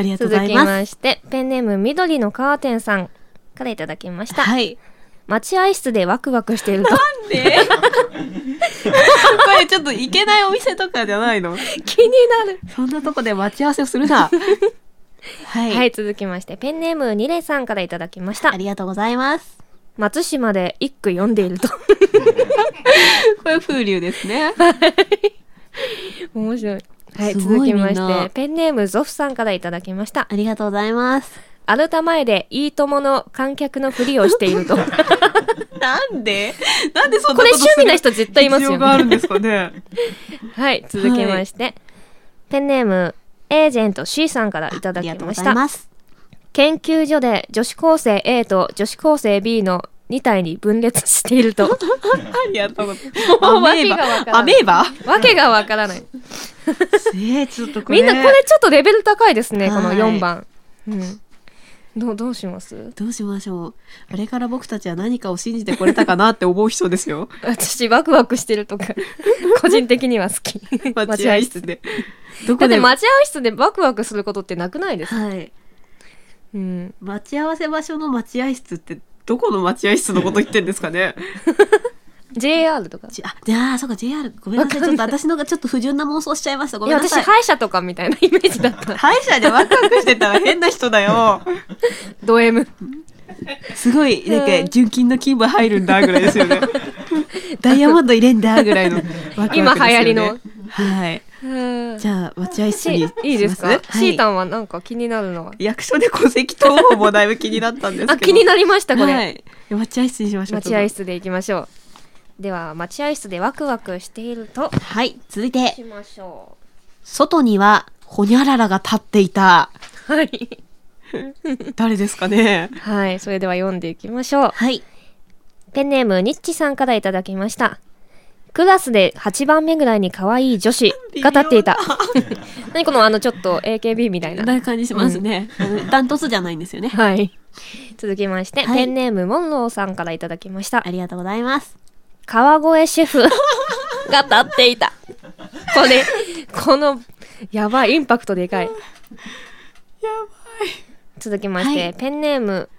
[SPEAKER 2] ありがとう
[SPEAKER 1] 続
[SPEAKER 2] ござい
[SPEAKER 1] き
[SPEAKER 2] ます。
[SPEAKER 1] まして、ペンネーム緑のカーテンさんからいただきました。
[SPEAKER 2] はい。
[SPEAKER 1] 待合室でワクワクしてい ると。
[SPEAKER 2] で、これちょっと行けないお店とかじゃないの
[SPEAKER 1] 気になる。
[SPEAKER 2] そんなとこで待ち合わせをする な。はい、
[SPEAKER 1] はい、続きまして、ペンネームニレさんからいただきました
[SPEAKER 2] あ。りがとうございます。
[SPEAKER 1] 松島で一句読んでいると。
[SPEAKER 2] これ風流です ね。
[SPEAKER 1] 面白い。はい、
[SPEAKER 2] す
[SPEAKER 1] 続
[SPEAKER 2] ごい
[SPEAKER 1] きま
[SPEAKER 2] み
[SPEAKER 1] し
[SPEAKER 2] ん
[SPEAKER 1] て
[SPEAKER 2] な、
[SPEAKER 1] ペンネームゾフさんからいただきました。
[SPEAKER 2] ありがとうございます。
[SPEAKER 1] アルタ前でいいともの観客のふりをしてい ると。こ
[SPEAKER 2] なんでなんでそん
[SPEAKER 1] れ趣味な人絶対いますよね。
[SPEAKER 2] んですかね。
[SPEAKER 1] はい、続きまして、ペンネームエージェント C さんからいた
[SPEAKER 2] あ
[SPEAKER 1] だ
[SPEAKER 2] りが
[SPEAKER 1] き
[SPEAKER 2] とうご
[SPEAKER 1] まし
[SPEAKER 2] ざ い
[SPEAKER 1] た。
[SPEAKER 2] ます。
[SPEAKER 1] 研究所で女子高生 A と女子高生 B の2体に分裂している と。
[SPEAKER 2] ありがとうござい
[SPEAKER 1] もう
[SPEAKER 2] ます。
[SPEAKER 1] 訳がわからない
[SPEAKER 2] アメー バ
[SPEAKER 1] わけがわからない。
[SPEAKER 2] えー、ちょっとこ
[SPEAKER 1] みんなこれちょっとレベル高いですね、
[SPEAKER 2] はい
[SPEAKER 1] この4番。うん。どう、どうします
[SPEAKER 2] どうしましょう。あれから僕たちは何かを信じてこれたかなって思う人ですよ。
[SPEAKER 1] 私ワクワクしてるとか、 個人的には好き。
[SPEAKER 2] 待合室で。ど
[SPEAKER 1] だ
[SPEAKER 2] こ
[SPEAKER 1] って
[SPEAKER 2] で
[SPEAKER 1] 待合室でワクワクすることってなくないですか
[SPEAKER 2] はい。
[SPEAKER 1] うん。
[SPEAKER 2] 待ち合わせ場所の待合室って
[SPEAKER 3] どこの待合室のこと言ってんですかね
[SPEAKER 1] JR とか
[SPEAKER 2] じあ、じゃあ、そうか、JR。ごめんなさい。ちょっと私のがちょっと不純な妄想しちゃいました。ご
[SPEAKER 1] い
[SPEAKER 2] めん
[SPEAKER 1] や
[SPEAKER 2] な
[SPEAKER 1] 私
[SPEAKER 2] さい。
[SPEAKER 1] 歯医者とかみたいなイメージだ った
[SPEAKER 3] 歯医者でワクワクしてたら変な人だよ。
[SPEAKER 1] ド M
[SPEAKER 2] すごい、なん
[SPEAKER 1] うん
[SPEAKER 2] か、純金の金歯入
[SPEAKER 3] 入
[SPEAKER 2] る
[SPEAKER 3] る
[SPEAKER 2] ん
[SPEAKER 3] ん
[SPEAKER 2] だ。
[SPEAKER 3] だぐらいですよね。
[SPEAKER 2] ダイヤモンド入れんだ、ぐらいのワクワクですよね。
[SPEAKER 1] 今流行りの。
[SPEAKER 2] はい。じ
[SPEAKER 1] ゃ
[SPEAKER 2] ゃあ、待合室にします。
[SPEAKER 1] いいですか、
[SPEAKER 2] はい、
[SPEAKER 1] シータンはなんか気になるのは
[SPEAKER 3] 役所で戸籍謄本もだいぶ気になったんですけど。
[SPEAKER 1] あ気になりましたこれ、
[SPEAKER 2] はい。待合室にしましょう。
[SPEAKER 1] 待合室で行きましょうでは待合室でワクワクしていると
[SPEAKER 2] はい。続いて、
[SPEAKER 1] しましょ
[SPEAKER 2] 外には、ほにゃららが立っていた。
[SPEAKER 1] うはい
[SPEAKER 3] 誰ですかね。
[SPEAKER 1] はいそれでは読んでいきましょう
[SPEAKER 2] はい。
[SPEAKER 1] ペンネームニッチさんからいただきましたクラスで8番目ぐらいに可愛い女子が立っていた 何このあのちょっと AKB みたいな
[SPEAKER 2] な感じしますね。ダントツじゃないんですよね。
[SPEAKER 1] はい続きまして、
[SPEAKER 2] はい
[SPEAKER 1] ペンネームモンローさんからいただきました
[SPEAKER 2] ありがとうございます。
[SPEAKER 1] 川越シェフ が立っていた。これ、この、やばい、インパクトでかい。やばい。続きまして、
[SPEAKER 2] はい
[SPEAKER 1] ペンネーム、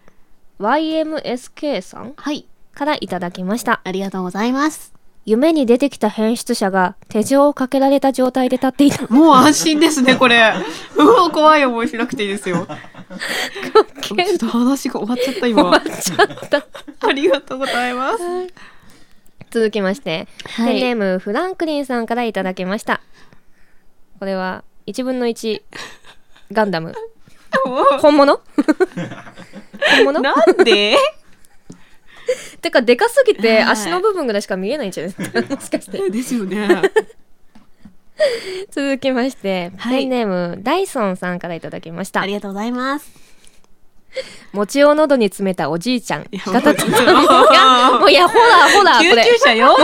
[SPEAKER 1] YMSK さん
[SPEAKER 2] はい。
[SPEAKER 1] からいただきました。
[SPEAKER 2] ありがとうございます。
[SPEAKER 1] 夢に出てきた変質者が手錠をかけられた状態で立っていた。
[SPEAKER 3] もう安心ですね、これ。もう怖い思いしなくていいです よ。ちょっと話が終わっちゃった、
[SPEAKER 1] 終わっ
[SPEAKER 3] 今。
[SPEAKER 1] ちゃ った。
[SPEAKER 3] ありがとうございます。
[SPEAKER 1] 続きまして、
[SPEAKER 2] はい
[SPEAKER 1] ペンネーム、フランクリンさんからいただきました。これは、1分の1、ガンダム。本 物本物
[SPEAKER 3] なんで
[SPEAKER 1] てかでかすぎて
[SPEAKER 2] はい
[SPEAKER 1] 足の部分ぐらいしか見えないんじゃないです かもしかして
[SPEAKER 3] ですよね。
[SPEAKER 1] 続きまして、
[SPEAKER 2] はい
[SPEAKER 1] ペンネームダイソンさんからいただきました
[SPEAKER 2] ありがとうございます。
[SPEAKER 1] 餅を喉に詰めたおじいちゃんが立ってたい
[SPEAKER 3] もう
[SPEAKER 1] やもういやほらほらこ
[SPEAKER 3] 救
[SPEAKER 1] れ
[SPEAKER 3] 急車よ。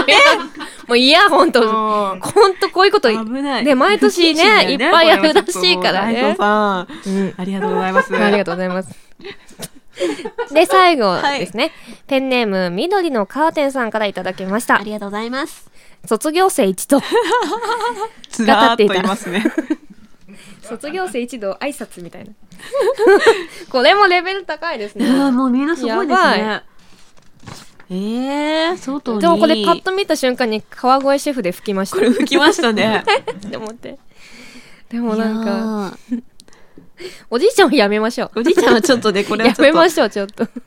[SPEAKER 1] もういやほんとほ
[SPEAKER 3] もうん
[SPEAKER 1] とこういうこと
[SPEAKER 3] 危ない。
[SPEAKER 1] ね毎年ねいっぱいやるらしいから
[SPEAKER 3] 内藤
[SPEAKER 1] ね、
[SPEAKER 3] さん、
[SPEAKER 1] うん、
[SPEAKER 3] ありがとうございます。
[SPEAKER 1] ありがとうございますで最後ですね、ペンネーム緑のカーテンさんからいただきました
[SPEAKER 2] ありがとうございます。
[SPEAKER 1] 卒業生一度
[SPEAKER 3] ずらーっといますね。
[SPEAKER 1] 卒業生一同挨拶みたい なこれもレベル高いですね
[SPEAKER 2] もうみんな
[SPEAKER 1] すごいですねや。
[SPEAKER 2] えー、外に。
[SPEAKER 1] でもこれパッと見た瞬間に川越シェフで吹きました
[SPEAKER 3] これ吹きました ね。
[SPEAKER 1] って思ってでもなんか
[SPEAKER 2] か。
[SPEAKER 1] おじいちゃんはやめましょう
[SPEAKER 3] おじいちゃんはちょっとね、これは
[SPEAKER 1] や
[SPEAKER 3] ちょっ
[SPEAKER 1] め
[SPEAKER 3] と。
[SPEAKER 1] ましょうちょっと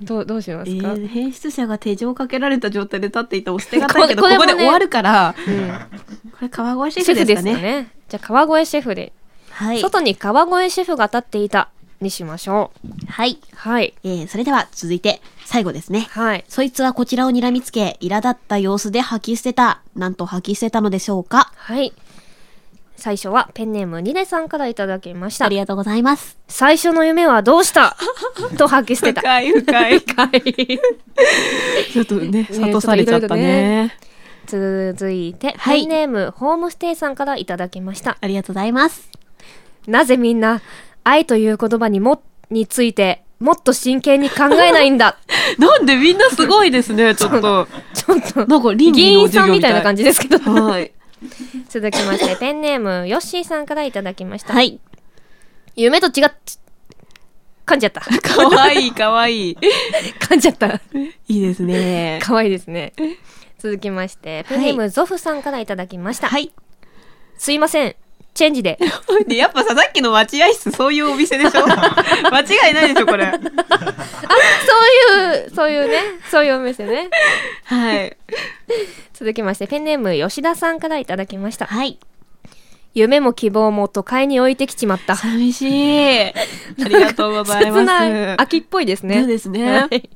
[SPEAKER 1] どうどうしま
[SPEAKER 2] え
[SPEAKER 1] すか、
[SPEAKER 2] ー、変質者が手錠をかけられた状態で立っていたお捨てがたいけど、
[SPEAKER 1] こ
[SPEAKER 2] こ
[SPEAKER 1] れ
[SPEAKER 2] こ
[SPEAKER 1] これもね
[SPEAKER 2] で終わるから、
[SPEAKER 1] うん
[SPEAKER 2] これ川越シ
[SPEAKER 1] シ
[SPEAKER 2] ェ
[SPEAKER 1] ェ
[SPEAKER 2] フ
[SPEAKER 1] フ
[SPEAKER 2] で
[SPEAKER 1] ですす
[SPEAKER 2] か
[SPEAKER 1] か
[SPEAKER 2] ね。
[SPEAKER 1] ねじゃあ川越シェフで、
[SPEAKER 2] はい。
[SPEAKER 1] 外に川越シェフが立っていたにしましょう
[SPEAKER 2] はい。
[SPEAKER 1] はい
[SPEAKER 2] えー、それでは続いて、最後ですね。
[SPEAKER 1] はい
[SPEAKER 2] そいつはこちらを睨みつけ、苛立った様子で吐き捨てた。なんと吐き捨てたのでしょうか。
[SPEAKER 1] はい最初はペンネームニネさんからいただきました
[SPEAKER 2] ありがとうございます。
[SPEAKER 1] 最初の夢はどうしたと吐き捨てた。
[SPEAKER 3] 深い深 い。
[SPEAKER 1] はい
[SPEAKER 3] ちょっとね、
[SPEAKER 1] ちょっと
[SPEAKER 3] 諭されちゃった
[SPEAKER 1] いろいろ
[SPEAKER 3] ね。
[SPEAKER 1] 続いて、
[SPEAKER 2] はい
[SPEAKER 1] ペンネームホームステイさんからいただきました。
[SPEAKER 2] ありがとうございます。
[SPEAKER 1] なぜみんな愛という言葉にも、についてもっと真剣に考えないんだ。
[SPEAKER 3] なんでみんなすごいです ね、ちょっと。
[SPEAKER 1] ちょっと、
[SPEAKER 3] なんか倫
[SPEAKER 1] 議
[SPEAKER 3] 理の
[SPEAKER 1] 員
[SPEAKER 3] 授
[SPEAKER 1] さん
[SPEAKER 3] 業
[SPEAKER 1] み
[SPEAKER 3] みた
[SPEAKER 1] た
[SPEAKER 3] い
[SPEAKER 1] いな感じですけど。
[SPEAKER 3] じ。 はい。
[SPEAKER 1] 続きまして、ペンネームヨッシーさんからいただきました。
[SPEAKER 2] はい。
[SPEAKER 1] 夢と違っ、噛んじゃった。
[SPEAKER 3] かわいい、かわいい。
[SPEAKER 1] 噛んじゃった。
[SPEAKER 3] いいですね。
[SPEAKER 1] 可愛いですね。続きまして、ペンネームゾフさんからいただきました。
[SPEAKER 2] はい。
[SPEAKER 1] すいません。チェンジ で。
[SPEAKER 3] で、やっぱさ、さっきの待合室、そういうお店でし ょ間違いないでしょ、これ。
[SPEAKER 1] そういう、そういうね、そういうお店ね。
[SPEAKER 3] はい。
[SPEAKER 1] 続きまして、ペンネーム吉田さんからいただきました。
[SPEAKER 2] はい。
[SPEAKER 1] 夢も希望も都会に置いてきちまった。
[SPEAKER 3] 寂しい。ありがとうございます。
[SPEAKER 1] 切ない秋っぽいですね。
[SPEAKER 2] そうですね
[SPEAKER 1] はい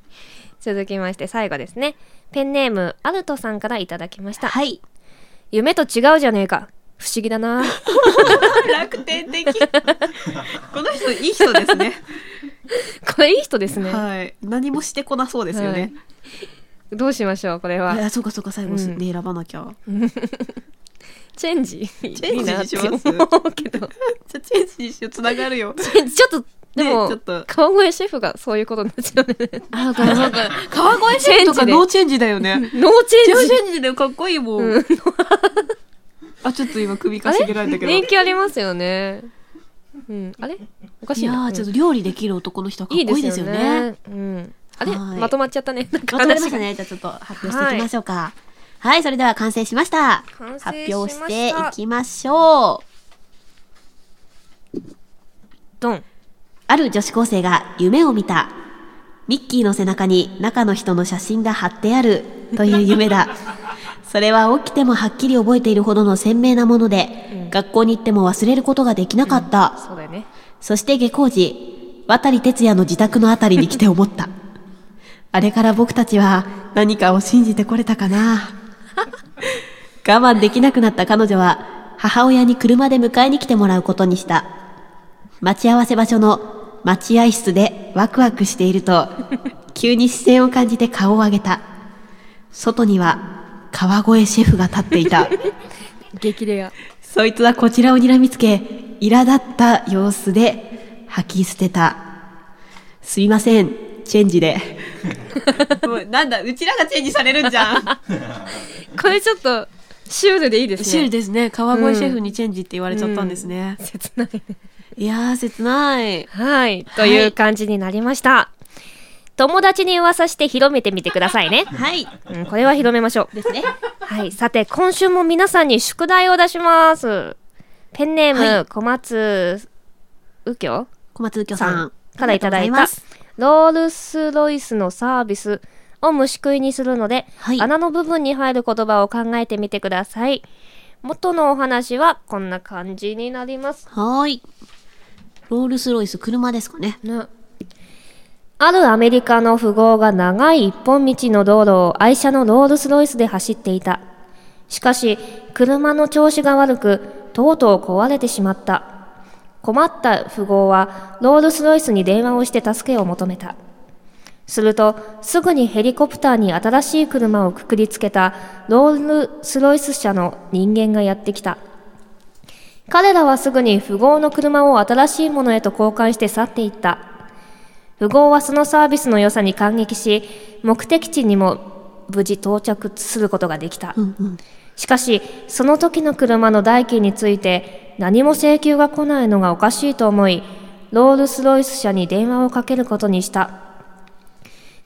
[SPEAKER 1] 続きまして、最後ですね。ペンネームアルトさんからいただきました。
[SPEAKER 2] はい。
[SPEAKER 1] 夢と違うじゃねえか。不思議だな。
[SPEAKER 3] 楽天的。この人、いい人ですね。
[SPEAKER 1] これいい人ですね。
[SPEAKER 3] はい。 何もしてこなそうですよね。
[SPEAKER 1] どうしましょう、これは。
[SPEAKER 2] あ、そうかそうか、最後、
[SPEAKER 1] うん
[SPEAKER 2] ね、選ばなきゃ。
[SPEAKER 1] チェンジ。
[SPEAKER 3] ェンジ
[SPEAKER 1] いいなって
[SPEAKER 3] します
[SPEAKER 1] 思うけど。
[SPEAKER 3] じゃあ、チェンジ一緒つながるよ。
[SPEAKER 1] チェンジちょっと、でも、
[SPEAKER 3] ねちょっと
[SPEAKER 1] 川越シェフがそういうことになっちゃうね。
[SPEAKER 2] あ、そうかそうか。
[SPEAKER 3] 川越
[SPEAKER 1] シェフと
[SPEAKER 3] と
[SPEAKER 1] か
[SPEAKER 3] か
[SPEAKER 1] ノ
[SPEAKER 3] ノ
[SPEAKER 1] ー
[SPEAKER 3] ーチェンジだよね。
[SPEAKER 1] ノーチ
[SPEAKER 3] チ
[SPEAKER 1] ェンジ。
[SPEAKER 3] ェンジだよ、かっこいいもん。あ、ちょっと今首かしげられたけど。
[SPEAKER 1] 人気ありますよね。うん、あれおかし
[SPEAKER 2] い
[SPEAKER 1] い
[SPEAKER 2] や
[SPEAKER 1] な
[SPEAKER 2] ー、ちょっと料理できる男の人かっこいいですよね。
[SPEAKER 1] うん、あれ
[SPEAKER 2] はい
[SPEAKER 1] まとまっちゃったね。なんか
[SPEAKER 2] まとまりま
[SPEAKER 1] 話
[SPEAKER 2] した
[SPEAKER 1] が。
[SPEAKER 2] ね。じゃあちょっと発表していきましょうか。はい、それでは完成しました。
[SPEAKER 1] 完成しました
[SPEAKER 2] 発表していきましょう。
[SPEAKER 1] ドン。
[SPEAKER 2] ある女子高生が夢を見た。ミッキーの背中に中の人の写真が貼ってあるという夢 だ。それは起きてもはっきり覚えているほどの鮮明なもので、
[SPEAKER 1] うん
[SPEAKER 2] 学校に行っても忘れることができなかった。
[SPEAKER 1] そうだよね。
[SPEAKER 2] そして下校時、渡哲也の自宅のあたりに来て思った。あれから僕たちは何かを信じてこれたかな。 我慢できなくなった彼女は、母親に車で迎えに来てもらうことにした。待ち合わせ場所の待合室でワクワクしていると、急に視線を感じて顔を上げた。外には川越シェフが立っていた。
[SPEAKER 1] 激レア。
[SPEAKER 2] そいつはこちらを睨みつけ、苛立った様子で吐き捨てた。すいません、チェンジ で。
[SPEAKER 3] もうなんだ、うちらがチェンジされるんじゃん。
[SPEAKER 1] これちょっと、シュールでいいですね。
[SPEAKER 2] シール
[SPEAKER 1] で。
[SPEAKER 2] ですね。川
[SPEAKER 1] 越
[SPEAKER 2] 越シ
[SPEAKER 1] シ
[SPEAKER 2] ェ
[SPEAKER 1] ェ
[SPEAKER 2] フ
[SPEAKER 1] フ
[SPEAKER 2] にチェンジって言われ
[SPEAKER 3] れ
[SPEAKER 2] ち
[SPEAKER 3] ち
[SPEAKER 2] ゃ
[SPEAKER 3] ゃ
[SPEAKER 2] っ
[SPEAKER 3] ったた
[SPEAKER 2] ん
[SPEAKER 3] ん
[SPEAKER 2] で
[SPEAKER 3] ですす
[SPEAKER 2] ね。
[SPEAKER 1] 切ない。
[SPEAKER 2] いやー、切ない。
[SPEAKER 1] はい。という感じになりました。友達に噂して広めてみてくださいね。
[SPEAKER 2] はい。
[SPEAKER 1] うん、これは広めましょう。
[SPEAKER 2] ですね。
[SPEAKER 1] はい。さて、今週も皆さんに宿題を出します。ペンネーム、
[SPEAKER 2] は
[SPEAKER 1] 小松右京
[SPEAKER 2] 小松右京さ
[SPEAKER 1] さ
[SPEAKER 2] ん
[SPEAKER 1] ん。からいただい
[SPEAKER 2] ありが
[SPEAKER 1] た
[SPEAKER 2] とうござます。
[SPEAKER 1] ロールスロイスのサービスを虫食いにするので、
[SPEAKER 2] はい
[SPEAKER 1] 穴の部分に入る言葉を考えてみてください。元のお話はこんな感じになります。
[SPEAKER 2] はーい。ロールスロイス、車ですかね。
[SPEAKER 1] ね。あるアメリカの富豪が長い一本道の道路を愛車のロールスロイスで走っていた。しかし、車の調子が悪く、とうとう壊れてしまった。困った富豪は、ロールスロイスに電話をして助けを求めた。すると、すぐにヘリコプターに新しい車をくくりつけたロールスロイス社の人間がやってきた。彼らはすぐに富豪の車を新しいものへと交換して去っていった。富豪はそのサービスの良さに感激し、目的地にも無事到着することができた。
[SPEAKER 2] うんうん。
[SPEAKER 1] しかし、その時の車の代金について何も請求が来ないのがおかしいと思い、ロールスロイス社に電話をかけることにした。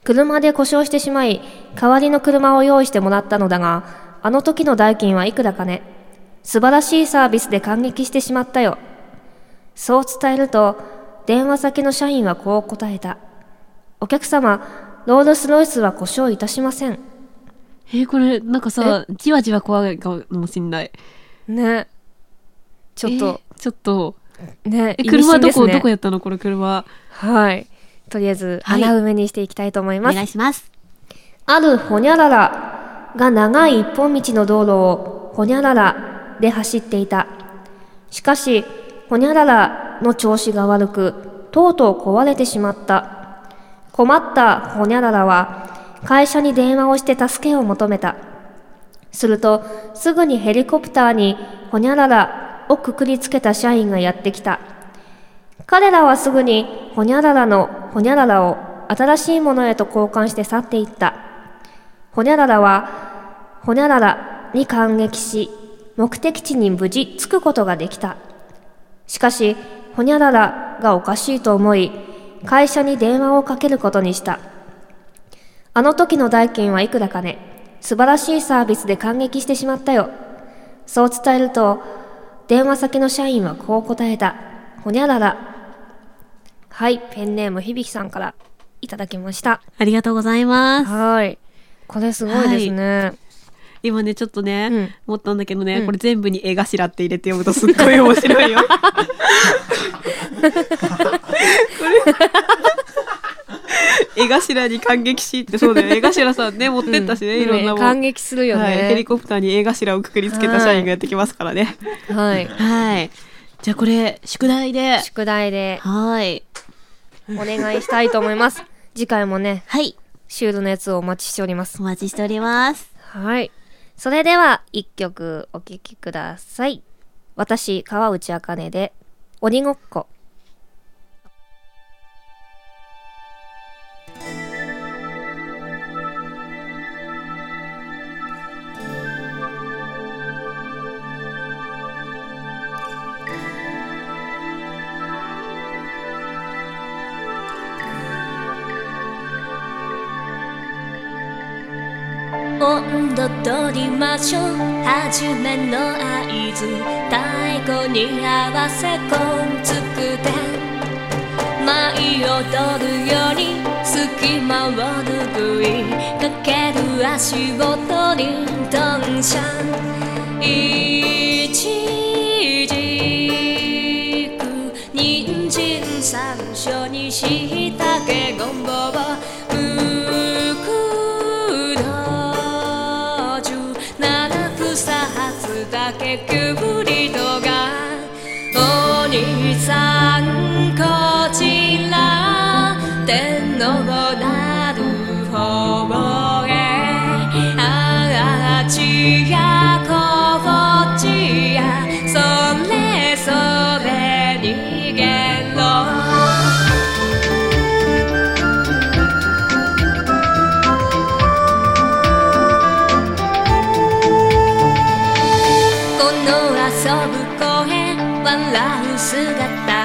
[SPEAKER 1] 車で故障してしまい、代わりの車を用意してもらったのだが、あの時の代金はいくらかね。素晴らしいサービスで感激してしまったよ。そう伝えると、電話先の社員はこう答えた。お客様、ロールスロイスは故障いたしません。
[SPEAKER 2] えーこれ、なんかさ、じわじわ怖いかもしんない。
[SPEAKER 1] ね。ちょっと、
[SPEAKER 2] えー。ちょっと。
[SPEAKER 1] ね、
[SPEAKER 2] え、車どこ、
[SPEAKER 1] 意味深ですね
[SPEAKER 2] どこやったのこれ車。
[SPEAKER 1] はい。とりあえず、
[SPEAKER 2] はい
[SPEAKER 1] 穴埋めにしていきたいと思い
[SPEAKER 2] お
[SPEAKER 1] ます。
[SPEAKER 2] いします。
[SPEAKER 1] あるほにゃららが長い一本道の道路をほにゃららで走っていた。しかし、ほにゃららの調子が悪く、とうとう壊れてしまった。困ったほにゃららは、会社に電話をして助けを求めた。すると、すぐにヘリコプターにほにゃららをくくりつけた社員がやってきた。彼らはすぐにほにゃららのほにゃららを新しいものへと交換して去っていった。ほにゃららは、ほにゃららに感激し、目的地に無事着くことができた。しかし、ほにゃららがおかしいと思い、会社に電話をかけることにした。あの時の代金はいくらかね。素晴らしいサービスで感激してしまったよ。そう伝えると、電話先の社員はこう答えた。ほにゃらら。はい、ペンネーム響さんからいただきました。
[SPEAKER 2] ありがとうございます。
[SPEAKER 1] はい。これすごいですね。
[SPEAKER 2] 今ねちょっとね、
[SPEAKER 1] うん
[SPEAKER 2] 思ったんだけどね、
[SPEAKER 1] うん
[SPEAKER 2] これ全部に「絵頭」って入れて読むとすっごい面白い よ。 これ絵頭に感激しってそうだよね絵頭さんね持ってったしね、いろん
[SPEAKER 1] ね
[SPEAKER 2] なも
[SPEAKER 1] 感
[SPEAKER 2] ん、
[SPEAKER 1] 激するよ
[SPEAKER 2] はい、ヘリ
[SPEAKER 1] ね。
[SPEAKER 2] コプターに絵頭をくくりつけた社員がやってきますからね。
[SPEAKER 1] はい。
[SPEAKER 2] はいじゃあこれ宿題で
[SPEAKER 1] 宿題で
[SPEAKER 2] はい
[SPEAKER 1] お願いしたいと思います。次回もね、
[SPEAKER 2] はい
[SPEAKER 1] シュールのやつをお待ちしております。
[SPEAKER 2] お待ちしております。
[SPEAKER 1] はい。それでは、一曲お聴きください。私、川内茜で、鬼ごっこ。
[SPEAKER 4] 「温度取りましょう初めの合図太鼓に合わせコンつくで舞い踊るように隙間を拭いかける足音にドンシャンいちじく人参山椒にしいたけごんぼうむくのじゅ七草初だけきゅうりとがお兄さんこちら天皇なる方へあっちやこっちやそれそれ逃げろこの遊ぶ声笑う姿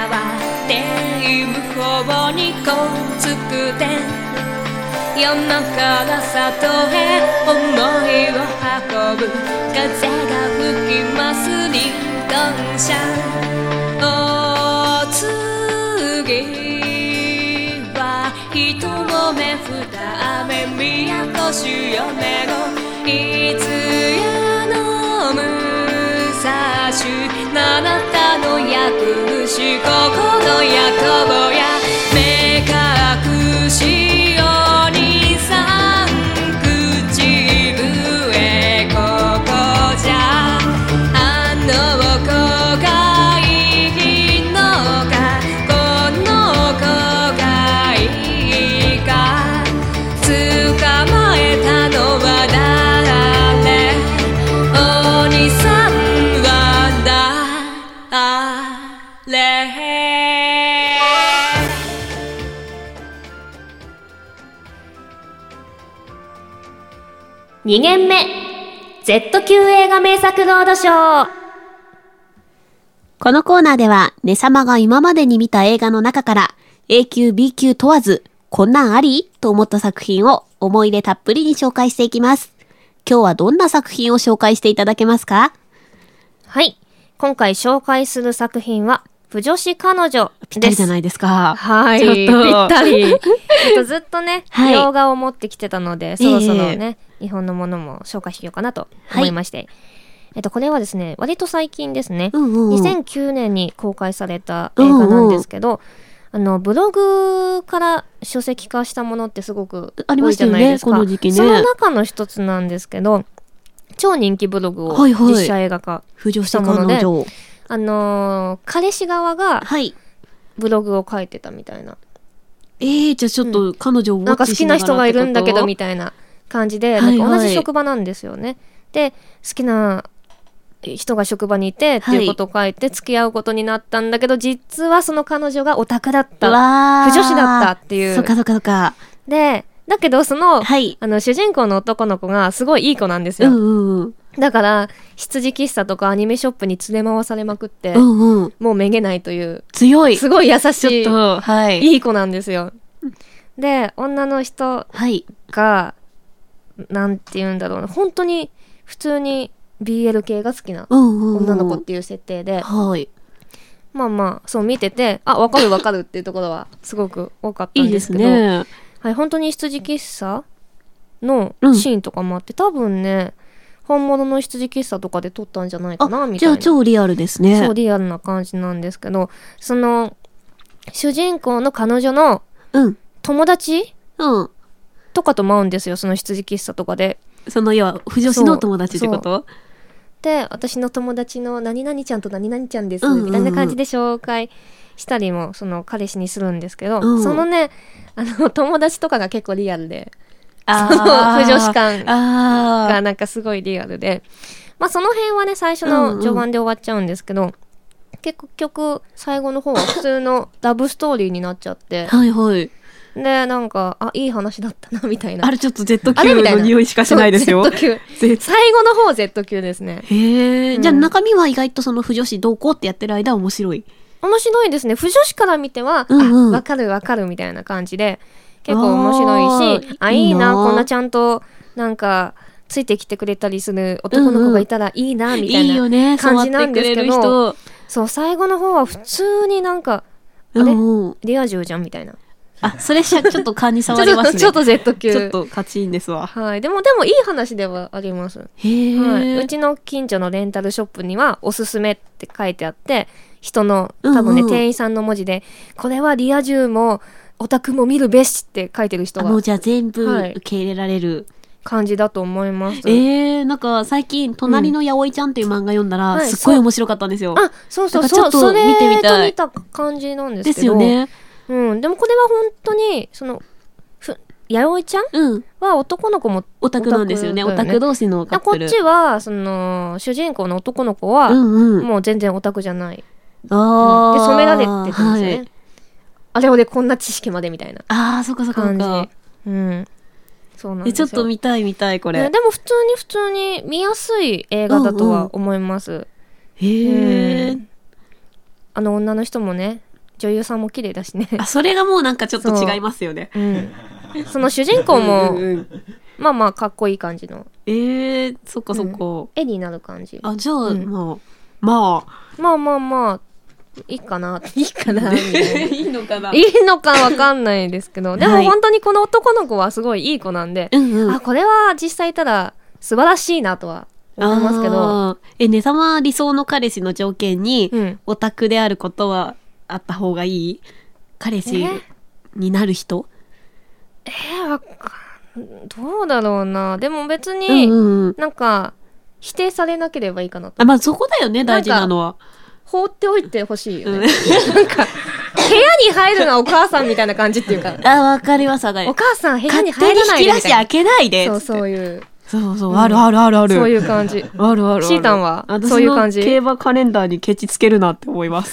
[SPEAKER 4] は天向こうにこうつくて山から里へ思いを運ぶ風が吹きますリンン車お次は一目二目都しよめごいつやの武蔵あなたの役主ここの役をや目隠しお兄さん口笛ここじゃあの子がいいのかこの子がいいか捕まえたのは誰お兄さんは誰
[SPEAKER 1] 2限目 Z 級映画名作ロードショー
[SPEAKER 2] このコーナーでは、ねさまが今までに見た映画の中から、A 級、B 級問わず、こんなんありと思った作品を思い入れたっぷりに紹介していきます。今日はどんな作品を紹介していただけますか
[SPEAKER 1] はい今回紹介する作品は「不女子彼女」です
[SPEAKER 2] ぴったりじゃないですか。
[SPEAKER 1] はい。
[SPEAKER 2] ちょっとぴったり
[SPEAKER 1] えっとずっとね、
[SPEAKER 2] はい
[SPEAKER 1] 洋画を持ってきてたので、そろそろね、日本のものも紹介しようかなと思いまして。えっと、これはですね、割と最近ですね、
[SPEAKER 2] うんうんうん
[SPEAKER 1] 2009年に公開された映画なんですけど、あの、ブログから書籍化したものってすごく
[SPEAKER 2] あり
[SPEAKER 1] 多
[SPEAKER 2] ま
[SPEAKER 1] い
[SPEAKER 2] し
[SPEAKER 1] じ
[SPEAKER 2] た
[SPEAKER 1] ゃ
[SPEAKER 2] よ
[SPEAKER 1] ないで
[SPEAKER 2] ね、
[SPEAKER 1] すか。
[SPEAKER 2] この時期
[SPEAKER 1] その
[SPEAKER 2] ね。
[SPEAKER 1] 中の一つなんですけど、超人気ブログを
[SPEAKER 2] はいはい
[SPEAKER 1] 実写映画化。
[SPEAKER 2] 浮上した彼女。
[SPEAKER 1] あのー彼氏側が
[SPEAKER 2] はい。
[SPEAKER 1] ブログを書いてたみたいな。
[SPEAKER 2] えー、じゃあちょっと彼女をウォ
[SPEAKER 1] なん
[SPEAKER 2] ッ
[SPEAKER 1] か
[SPEAKER 2] チ
[SPEAKER 1] 好
[SPEAKER 2] し
[SPEAKER 1] き
[SPEAKER 2] な
[SPEAKER 1] な
[SPEAKER 2] がら
[SPEAKER 1] 人がいるんだけどみ
[SPEAKER 2] た
[SPEAKER 1] たいな感じで、
[SPEAKER 2] はいはい
[SPEAKER 1] なんか同じ職場なんですよね。で好きな人が職場にいてっていうことを書いて付き合うことになったんだけど、実はその彼女がオタクだった。
[SPEAKER 2] わー
[SPEAKER 1] 不女子だったっていう
[SPEAKER 2] そっかそっかそっか。
[SPEAKER 1] でだけどその,、
[SPEAKER 2] はい。
[SPEAKER 1] あの主人公の男の子がすごいいい子なんです
[SPEAKER 2] う
[SPEAKER 1] よ。
[SPEAKER 2] んうんうん。
[SPEAKER 1] だから羊喫茶とかアニメショップに連れ回されまくって、
[SPEAKER 2] うんうん。
[SPEAKER 1] もうめげないという
[SPEAKER 2] 強い。
[SPEAKER 1] すごい優しい
[SPEAKER 2] ちょっと、はい。
[SPEAKER 1] いい子なんですよ。で女の人
[SPEAKER 2] はい。
[SPEAKER 1] が、なんて言うんだろうな、本当に普通に BL 系が好きな
[SPEAKER 2] うんうんうん。
[SPEAKER 1] 女の子っていう設定で、
[SPEAKER 2] はい。
[SPEAKER 1] まあまあ、そう見てて、あ、わかるわかるっていうところはすごく多かった
[SPEAKER 2] い
[SPEAKER 1] ん
[SPEAKER 2] い
[SPEAKER 1] で
[SPEAKER 2] ですす
[SPEAKER 1] けど、
[SPEAKER 2] ね。
[SPEAKER 1] はい、本当に羊喫茶の
[SPEAKER 2] うん
[SPEAKER 1] シーンとかもあって、多分ね、本物の羊喫茶とかで撮ったんじゃないかな、みた
[SPEAKER 2] じ
[SPEAKER 1] い
[SPEAKER 2] ゃ
[SPEAKER 1] な。
[SPEAKER 2] あ超リアルですね。
[SPEAKER 1] そうリアルな感じなんですけど、その、主人公の彼女の
[SPEAKER 2] うん。
[SPEAKER 1] 友達
[SPEAKER 2] うん。
[SPEAKER 1] とかとも会うんですよ、その羊喫茶とかで。
[SPEAKER 2] その要は、不女子のお友達ってこと
[SPEAKER 1] で私の友達の何々ちゃんと何々ちゃんです、
[SPEAKER 2] うんうんうん
[SPEAKER 1] みたいな感じで紹介したりもその彼氏にするんですけど、
[SPEAKER 2] うん
[SPEAKER 1] そのねあの友達とかが結構リアルで
[SPEAKER 2] あ
[SPEAKER 1] そう不女子感が
[SPEAKER 2] あー
[SPEAKER 1] なんかすごいリアルでまあその辺はね最初の序盤で終わっちゃうんですけど、結局最後の方は普通のラブストーリーになっちゃって
[SPEAKER 2] はいはい。
[SPEAKER 1] でなんかあいい話だったなみたいな
[SPEAKER 2] あれちょっと Z
[SPEAKER 1] あれ
[SPEAKER 2] 級
[SPEAKER 1] みたい
[SPEAKER 2] の
[SPEAKER 1] な
[SPEAKER 2] 匂いしかしないですよ
[SPEAKER 1] そう。Z 級
[SPEAKER 2] Z
[SPEAKER 1] 最後の方 Z 級ですね
[SPEAKER 2] へえ。じゃあ
[SPEAKER 1] うん
[SPEAKER 2] 中身は意外とその不女子どうこうってやってる間は面白い。
[SPEAKER 1] 面白いですね。不女子から見ては、
[SPEAKER 2] うんうん
[SPEAKER 1] あわかるわかるみたいな感じで、結構面白いし、
[SPEAKER 2] あー
[SPEAKER 1] あ、いいな、
[SPEAKER 2] いいな
[SPEAKER 1] こんなちゃんと、なんか、ついてきてくれたりする男の子がいたらいいな、みたいな。
[SPEAKER 2] いいよね、
[SPEAKER 1] 感
[SPEAKER 2] 触っ
[SPEAKER 1] じな
[SPEAKER 2] て
[SPEAKER 1] ん
[SPEAKER 2] く
[SPEAKER 1] です
[SPEAKER 2] れ
[SPEAKER 1] けど
[SPEAKER 2] る人。
[SPEAKER 1] そう、最後の方は普通になんか、
[SPEAKER 2] う
[SPEAKER 1] あれ
[SPEAKER 2] んうん。
[SPEAKER 1] リア充じゃんみたいな。
[SPEAKER 2] あ、それじゃちょっと勘に触りますね。
[SPEAKER 1] ちょっと Z 級。
[SPEAKER 2] ちょっとカチンですわ。
[SPEAKER 1] はい。でも、でもいい話ではあります。
[SPEAKER 2] へえ、
[SPEAKER 1] はい。うちの近所のレンタルショップには、おすすめって書いてあって、人の、多分ね、
[SPEAKER 2] うんうん
[SPEAKER 1] 店員さんの文字で、これはリア充も、オタクも見るべしって書いてる人
[SPEAKER 2] あも
[SPEAKER 1] が
[SPEAKER 2] うじゃあ全部
[SPEAKER 1] はい
[SPEAKER 2] 受け入れられる。
[SPEAKER 1] 感じだと思います。
[SPEAKER 2] えー、なんか最近、隣のやおいちゃんっていう漫画読んだら、
[SPEAKER 1] はい
[SPEAKER 2] すっご
[SPEAKER 1] そ
[SPEAKER 2] い
[SPEAKER 1] う
[SPEAKER 2] 面白かったんですよ。
[SPEAKER 1] あ、そうそう、
[SPEAKER 2] なんかちょ
[SPEAKER 1] そ
[SPEAKER 2] っ
[SPEAKER 1] う、
[SPEAKER 2] と
[SPEAKER 1] それ
[SPEAKER 2] 見てみ
[SPEAKER 1] と
[SPEAKER 2] たい
[SPEAKER 1] 似た感じなんですけ
[SPEAKER 2] で
[SPEAKER 1] ど。
[SPEAKER 2] すよ。ね。
[SPEAKER 1] うん。でもこれは本当に、その、ふ、弥生ちゃん
[SPEAKER 2] うん。
[SPEAKER 1] は男の子も、
[SPEAKER 2] オタクなんですよね。
[SPEAKER 1] オ
[SPEAKER 2] オ
[SPEAKER 1] タク
[SPEAKER 2] タ
[SPEAKER 1] だよね
[SPEAKER 2] ク同士のカッ
[SPEAKER 1] こ
[SPEAKER 2] プ
[SPEAKER 1] っ
[SPEAKER 2] ル。
[SPEAKER 1] ちは、その、主人公の男の子は、
[SPEAKER 2] うんうん。
[SPEAKER 1] もう全然オタクじゃない。
[SPEAKER 2] あ
[SPEAKER 1] で、
[SPEAKER 2] あ。
[SPEAKER 1] 染められてたんですよね。
[SPEAKER 2] はい、
[SPEAKER 1] あれ俺こんな知識までみたいな
[SPEAKER 2] ああ、そっかそっかそ
[SPEAKER 1] 感
[SPEAKER 2] っ
[SPEAKER 1] じ
[SPEAKER 2] か。。
[SPEAKER 1] うん。そうなん
[SPEAKER 2] え、
[SPEAKER 1] です
[SPEAKER 2] ちょ
[SPEAKER 1] よ。
[SPEAKER 2] っと見たい見たい、こ
[SPEAKER 1] ね
[SPEAKER 2] れ。
[SPEAKER 1] でも普通に普通に見やすい映画だとは思います。
[SPEAKER 2] へえ
[SPEAKER 1] う。んあの女の人もね、女優さんも綺麗だしね。
[SPEAKER 2] あ、それがもうなんかちょっと違いますよね。
[SPEAKER 1] うん。その主人公
[SPEAKER 2] うん
[SPEAKER 1] も、
[SPEAKER 2] うんうん
[SPEAKER 1] まあまあかっこいい感じの、
[SPEAKER 2] ええー、そっかそっか。
[SPEAKER 1] 絵になる感じ。
[SPEAKER 2] あ、じゃあ、
[SPEAKER 1] うん
[SPEAKER 2] まあ、まあ、
[SPEAKER 1] まあまあまあ、いいか な、いいかな、みた いな。
[SPEAKER 2] いいのかない
[SPEAKER 1] いのかわかんないですけど、で
[SPEAKER 2] は
[SPEAKER 1] も
[SPEAKER 2] い
[SPEAKER 1] 本当にこの男の子はすごいいい子なんで、
[SPEAKER 2] うんうん。
[SPEAKER 1] あ、これは実際いたら素晴らしいなとは思いますけど、
[SPEAKER 2] あー。え、ねさま理想の彼氏の条件に、
[SPEAKER 1] うん。
[SPEAKER 2] オタクであることはあった方がいい彼氏
[SPEAKER 1] え
[SPEAKER 2] になる人、
[SPEAKER 1] えー、わかん、どうだろうな。でも別
[SPEAKER 2] うん
[SPEAKER 1] に、
[SPEAKER 2] うんうん。
[SPEAKER 1] なんか、否定されなければいいかなと。
[SPEAKER 2] あ、まあそこだよね、大事なのは。
[SPEAKER 1] 放っておいてほしいよ
[SPEAKER 2] うん
[SPEAKER 1] ね。 なんか、部屋に入るのはお母さんみたいな感じっていうか、
[SPEAKER 2] あ、わかります、わかり
[SPEAKER 1] お
[SPEAKER 2] ます。
[SPEAKER 1] 母さん部屋
[SPEAKER 2] 勝
[SPEAKER 1] に
[SPEAKER 2] 手
[SPEAKER 1] 入
[SPEAKER 2] に
[SPEAKER 1] らない
[SPEAKER 2] 引
[SPEAKER 1] で
[SPEAKER 2] き
[SPEAKER 1] み
[SPEAKER 2] 出したて開
[SPEAKER 1] い
[SPEAKER 2] けない
[SPEAKER 1] な。
[SPEAKER 2] で。
[SPEAKER 1] そう
[SPEAKER 2] つっ
[SPEAKER 1] そういう、
[SPEAKER 2] てそうそう、
[SPEAKER 1] うん
[SPEAKER 2] あるあるあるある。
[SPEAKER 1] そういう感じ。
[SPEAKER 2] あるあるある。
[SPEAKER 1] シータンは
[SPEAKER 2] 私の
[SPEAKER 1] そういう感じ
[SPEAKER 2] 競馬カレンダーにケチつけるなって思います。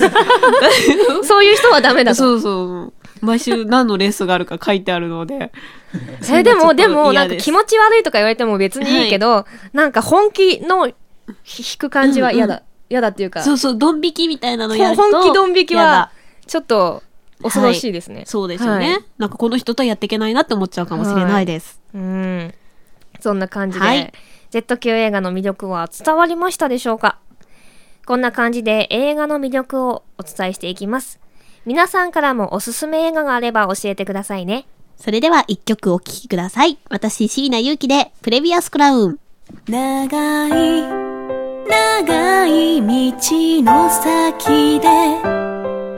[SPEAKER 1] そういう人はダメだと。
[SPEAKER 2] そうそう。毎週何のレースがあるか書いてあるので。
[SPEAKER 1] えでも、
[SPEAKER 2] それがちょっと
[SPEAKER 1] でも、
[SPEAKER 2] 嫌
[SPEAKER 1] なんか
[SPEAKER 2] です
[SPEAKER 1] 気持ち悪いとか言われても別にいいけど、なんか本気のひ引く感じは嫌だ。嫌だっていうか、
[SPEAKER 2] そうそう、ドン引きみたいなのやると。
[SPEAKER 1] 本気ドン引き
[SPEAKER 2] やだ
[SPEAKER 1] は、ちょっと恐ろしいですね。
[SPEAKER 2] そうですよね、
[SPEAKER 1] はい
[SPEAKER 2] なんかこの人とはやっていけないなって思っちゃうかもしれないです。
[SPEAKER 1] うん。そんな感じで、
[SPEAKER 2] はい
[SPEAKER 1] Z 級映画の魅力は伝わりましたでしょうかこんな感じで映画の魅力をお伝えしていきます。皆さんからもおすすめ映画があれば教えてくださいね。
[SPEAKER 2] それでは一曲お聴きください。私、椎名優樹で、プレビアスクラウン。
[SPEAKER 4] 長い長い道の先で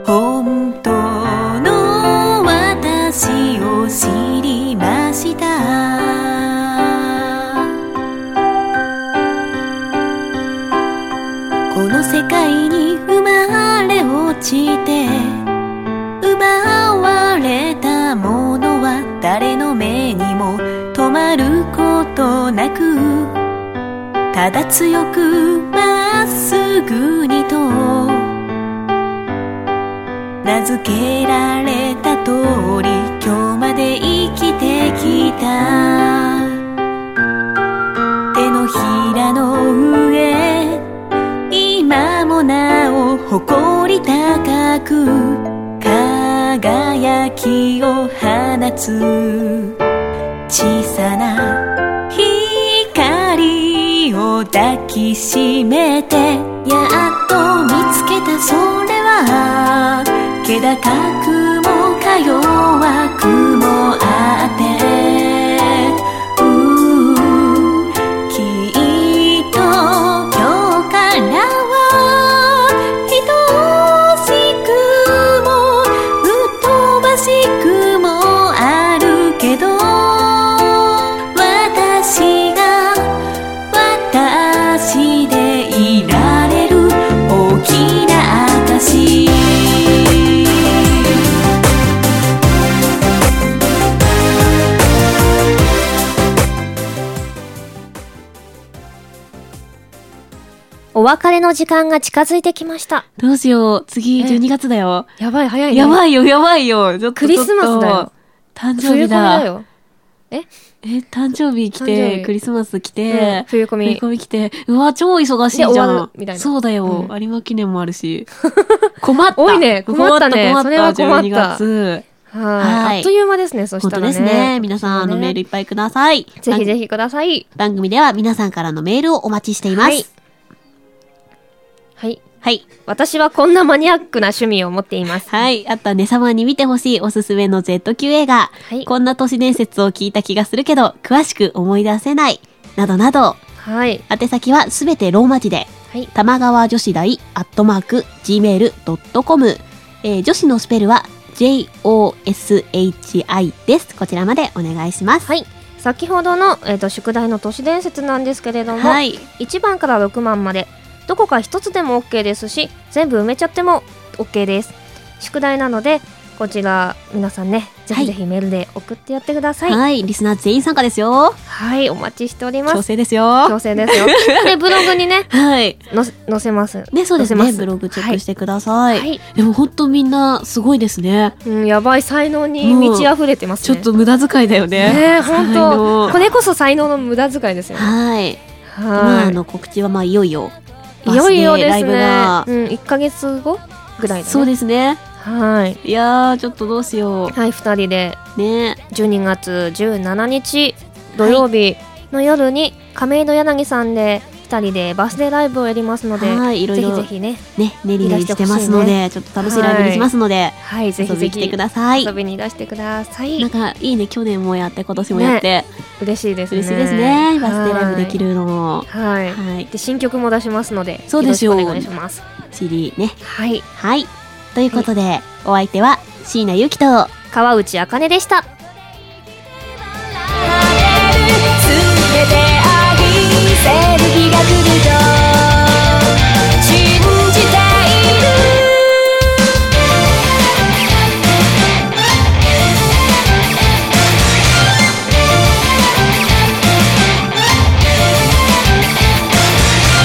[SPEAKER 4] 本当の私を知りましたこの世界に生まれ落ちて奪われたものは誰の目にも止まることなくただ強くまっすぐにと名付けられた通り今日まで生きてきた手のひらの上今もなお誇り高く輝きを放つ小さな光を抱きしめてやっと見つけたそれは気高くもか弱くもあってうんきっと今日からは愛しくも疎しくもあるけど私が私でいられる大きな証
[SPEAKER 1] お別れの時間が近づいてきました。
[SPEAKER 2] どうしよう。次、12月だよ。
[SPEAKER 1] やばい、早い
[SPEAKER 2] や
[SPEAKER 1] い。
[SPEAKER 2] ばいよ、やばいよ。ちょっと
[SPEAKER 1] クリスマスだよ。
[SPEAKER 2] ちょっ
[SPEAKER 1] 冬
[SPEAKER 2] と誕生日
[SPEAKER 1] 込みだ
[SPEAKER 2] だ。
[SPEAKER 1] よ。
[SPEAKER 2] え、誕生日来
[SPEAKER 1] 誕生
[SPEAKER 2] て、
[SPEAKER 1] 日
[SPEAKER 2] クリスマス来
[SPEAKER 1] うん
[SPEAKER 2] て、
[SPEAKER 1] 冬込み。
[SPEAKER 2] 振り込み来て、うわ、超忙しいじゃん。
[SPEAKER 1] で終わるみたいな
[SPEAKER 2] そうだよ、
[SPEAKER 1] う
[SPEAKER 2] 有馬記念もあるし。困った。
[SPEAKER 1] 多いね困ったね
[SPEAKER 2] 困った、困
[SPEAKER 1] それは
[SPEAKER 2] った。
[SPEAKER 1] 困った
[SPEAKER 2] 12月。
[SPEAKER 1] はい。あっという間ですね、そし
[SPEAKER 2] 本
[SPEAKER 1] た
[SPEAKER 2] 当
[SPEAKER 1] らね。
[SPEAKER 2] ですね。皆さん、あのメールいっぱいください。
[SPEAKER 1] ぜひぜひください。
[SPEAKER 2] 番組では皆さんからのメールをお待ちしていま
[SPEAKER 1] は
[SPEAKER 2] す。はいい。
[SPEAKER 1] はい。
[SPEAKER 2] はい。
[SPEAKER 1] 私はこんなマニアックな趣味を持っています。
[SPEAKER 2] あとはね、様に見てほしいおすすめの Z 級映画。
[SPEAKER 1] はい。
[SPEAKER 2] こんな都市伝説を聞いた気がするけど、詳しく思い出せない。などなど、
[SPEAKER 1] はい。
[SPEAKER 2] 宛先はすべてローマ字で、
[SPEAKER 1] はい。
[SPEAKER 2] 玉川女子大アットマーク gmail.com、えー女子のスペルは joshi です。こちらまでお願いします。
[SPEAKER 1] はい。先ほどの、えっ、と、宿題の都市伝説なんですけれども、
[SPEAKER 2] はい。
[SPEAKER 1] 1番から6番までどこか一つでも OK ですし全部埋めちゃっても OK です宿題なのでこちら皆さんねぜひぜひメールで送ってやってくださいはい、
[SPEAKER 2] はい。リスナー全員参加ですよ。
[SPEAKER 1] お待ちしておりま
[SPEAKER 2] 調
[SPEAKER 1] す
[SPEAKER 2] 整です
[SPEAKER 1] 強
[SPEAKER 2] よ。
[SPEAKER 1] 制 ですよでブログにね
[SPEAKER 2] はい。
[SPEAKER 1] のせ載せます
[SPEAKER 2] ね、そうで
[SPEAKER 1] 載
[SPEAKER 2] す
[SPEAKER 1] せ
[SPEAKER 2] ね。
[SPEAKER 1] ます
[SPEAKER 2] ブログチェックしてくだ
[SPEAKER 1] は
[SPEAKER 2] さい。
[SPEAKER 1] い、
[SPEAKER 2] でも本当みんなすごいですね。
[SPEAKER 1] うん、やばい才能に満ち溢れてます
[SPEAKER 2] ちょ
[SPEAKER 1] ね、
[SPEAKER 2] っと無駄遣いだよね。
[SPEAKER 1] ねえ本
[SPEAKER 2] 才
[SPEAKER 1] 当
[SPEAKER 2] 能
[SPEAKER 1] これこそ才能の無駄遣いですよね
[SPEAKER 2] はい。今
[SPEAKER 1] は
[SPEAKER 2] あの告知はまあいよいよ。
[SPEAKER 1] いいよいよですねう
[SPEAKER 2] バスでライブが。
[SPEAKER 1] ん1ヶ月後ぐらいだね
[SPEAKER 2] そうですね。
[SPEAKER 1] はい
[SPEAKER 2] いやー、ちょっとどうしよ
[SPEAKER 1] はい2人で
[SPEAKER 2] う。ね。
[SPEAKER 1] 12月17日土曜日の夜に亀戸柳さんで2人でバースデーライブをやりますので、
[SPEAKER 2] はい。いろい
[SPEAKER 1] ぜひ
[SPEAKER 2] ろ
[SPEAKER 1] ぜひね
[SPEAKER 2] ね、練り練りしてますので、ちょっと楽しいライブにしますので、
[SPEAKER 1] はいぜ
[SPEAKER 2] 遊
[SPEAKER 1] ひ
[SPEAKER 2] び
[SPEAKER 1] ぜ
[SPEAKER 2] に来て
[SPEAKER 1] ひ
[SPEAKER 2] ください
[SPEAKER 1] 遊。びに出してください
[SPEAKER 2] なんかいいね、去年もやって、今年もやって、
[SPEAKER 1] 嬉しいですね
[SPEAKER 2] 嬉しいですね。バスデーライブできるの。
[SPEAKER 1] はい、はい
[SPEAKER 2] はい。
[SPEAKER 1] で新曲も出しますので
[SPEAKER 2] そうですよ
[SPEAKER 1] ろしくお願いします
[SPEAKER 2] CD ね。
[SPEAKER 1] はい
[SPEAKER 2] はい。ということで、お相手は椎名ゆきと、
[SPEAKER 1] 川内茜でした
[SPEAKER 4] 「すべてありせる日が来ると信じている」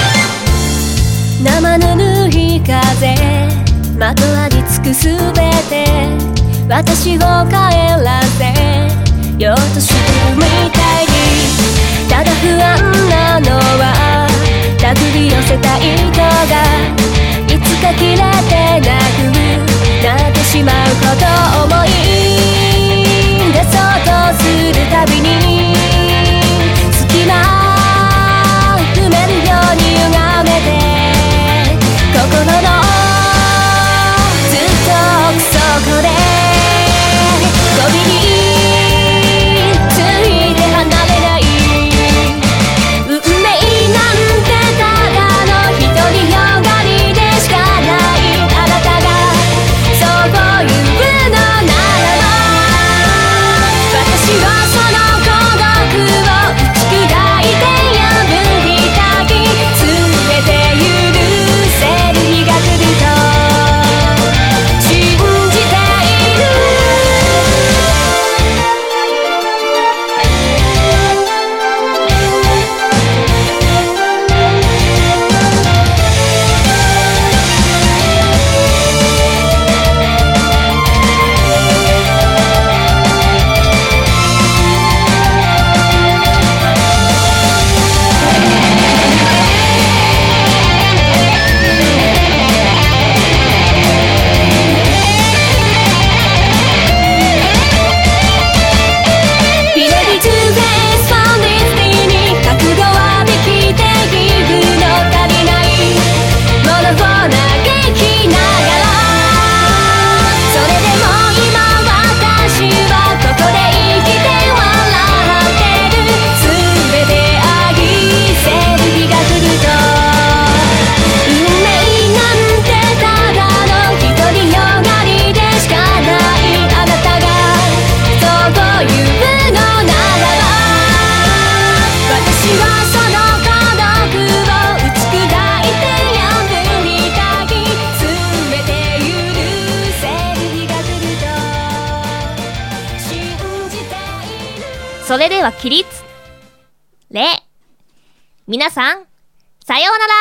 [SPEAKER 4] 「生ぬるい風まとわりつくすべて」「私を帰らせようとしてるみたいに」「ただ不安なのは手繰り寄せた糸がいつか切れてなくなってしまうことを思い出そうとするたびに」隙間埋めるように歪めて心のずっと奥底でゴミについて離れない運命なんてただの独りよがりでしかないあなたがそう言うのならば私はその孤独を打ち砕いて破りたき全て許せる日が来ると信じている「ビレリトゥフェイスファンディスティに覚悟はできているの足りない」「ものを嘆きながら」「それでも今私はここで生きて笑ってる」「全てありせる日が来ると」「運命なんてただの独りよがりでしかないあなたが」そういうのならば私はその孤独を打ち砕いて破りたき全て許せる日が来ると信じている
[SPEAKER 1] それでは起立礼皆さんさようなら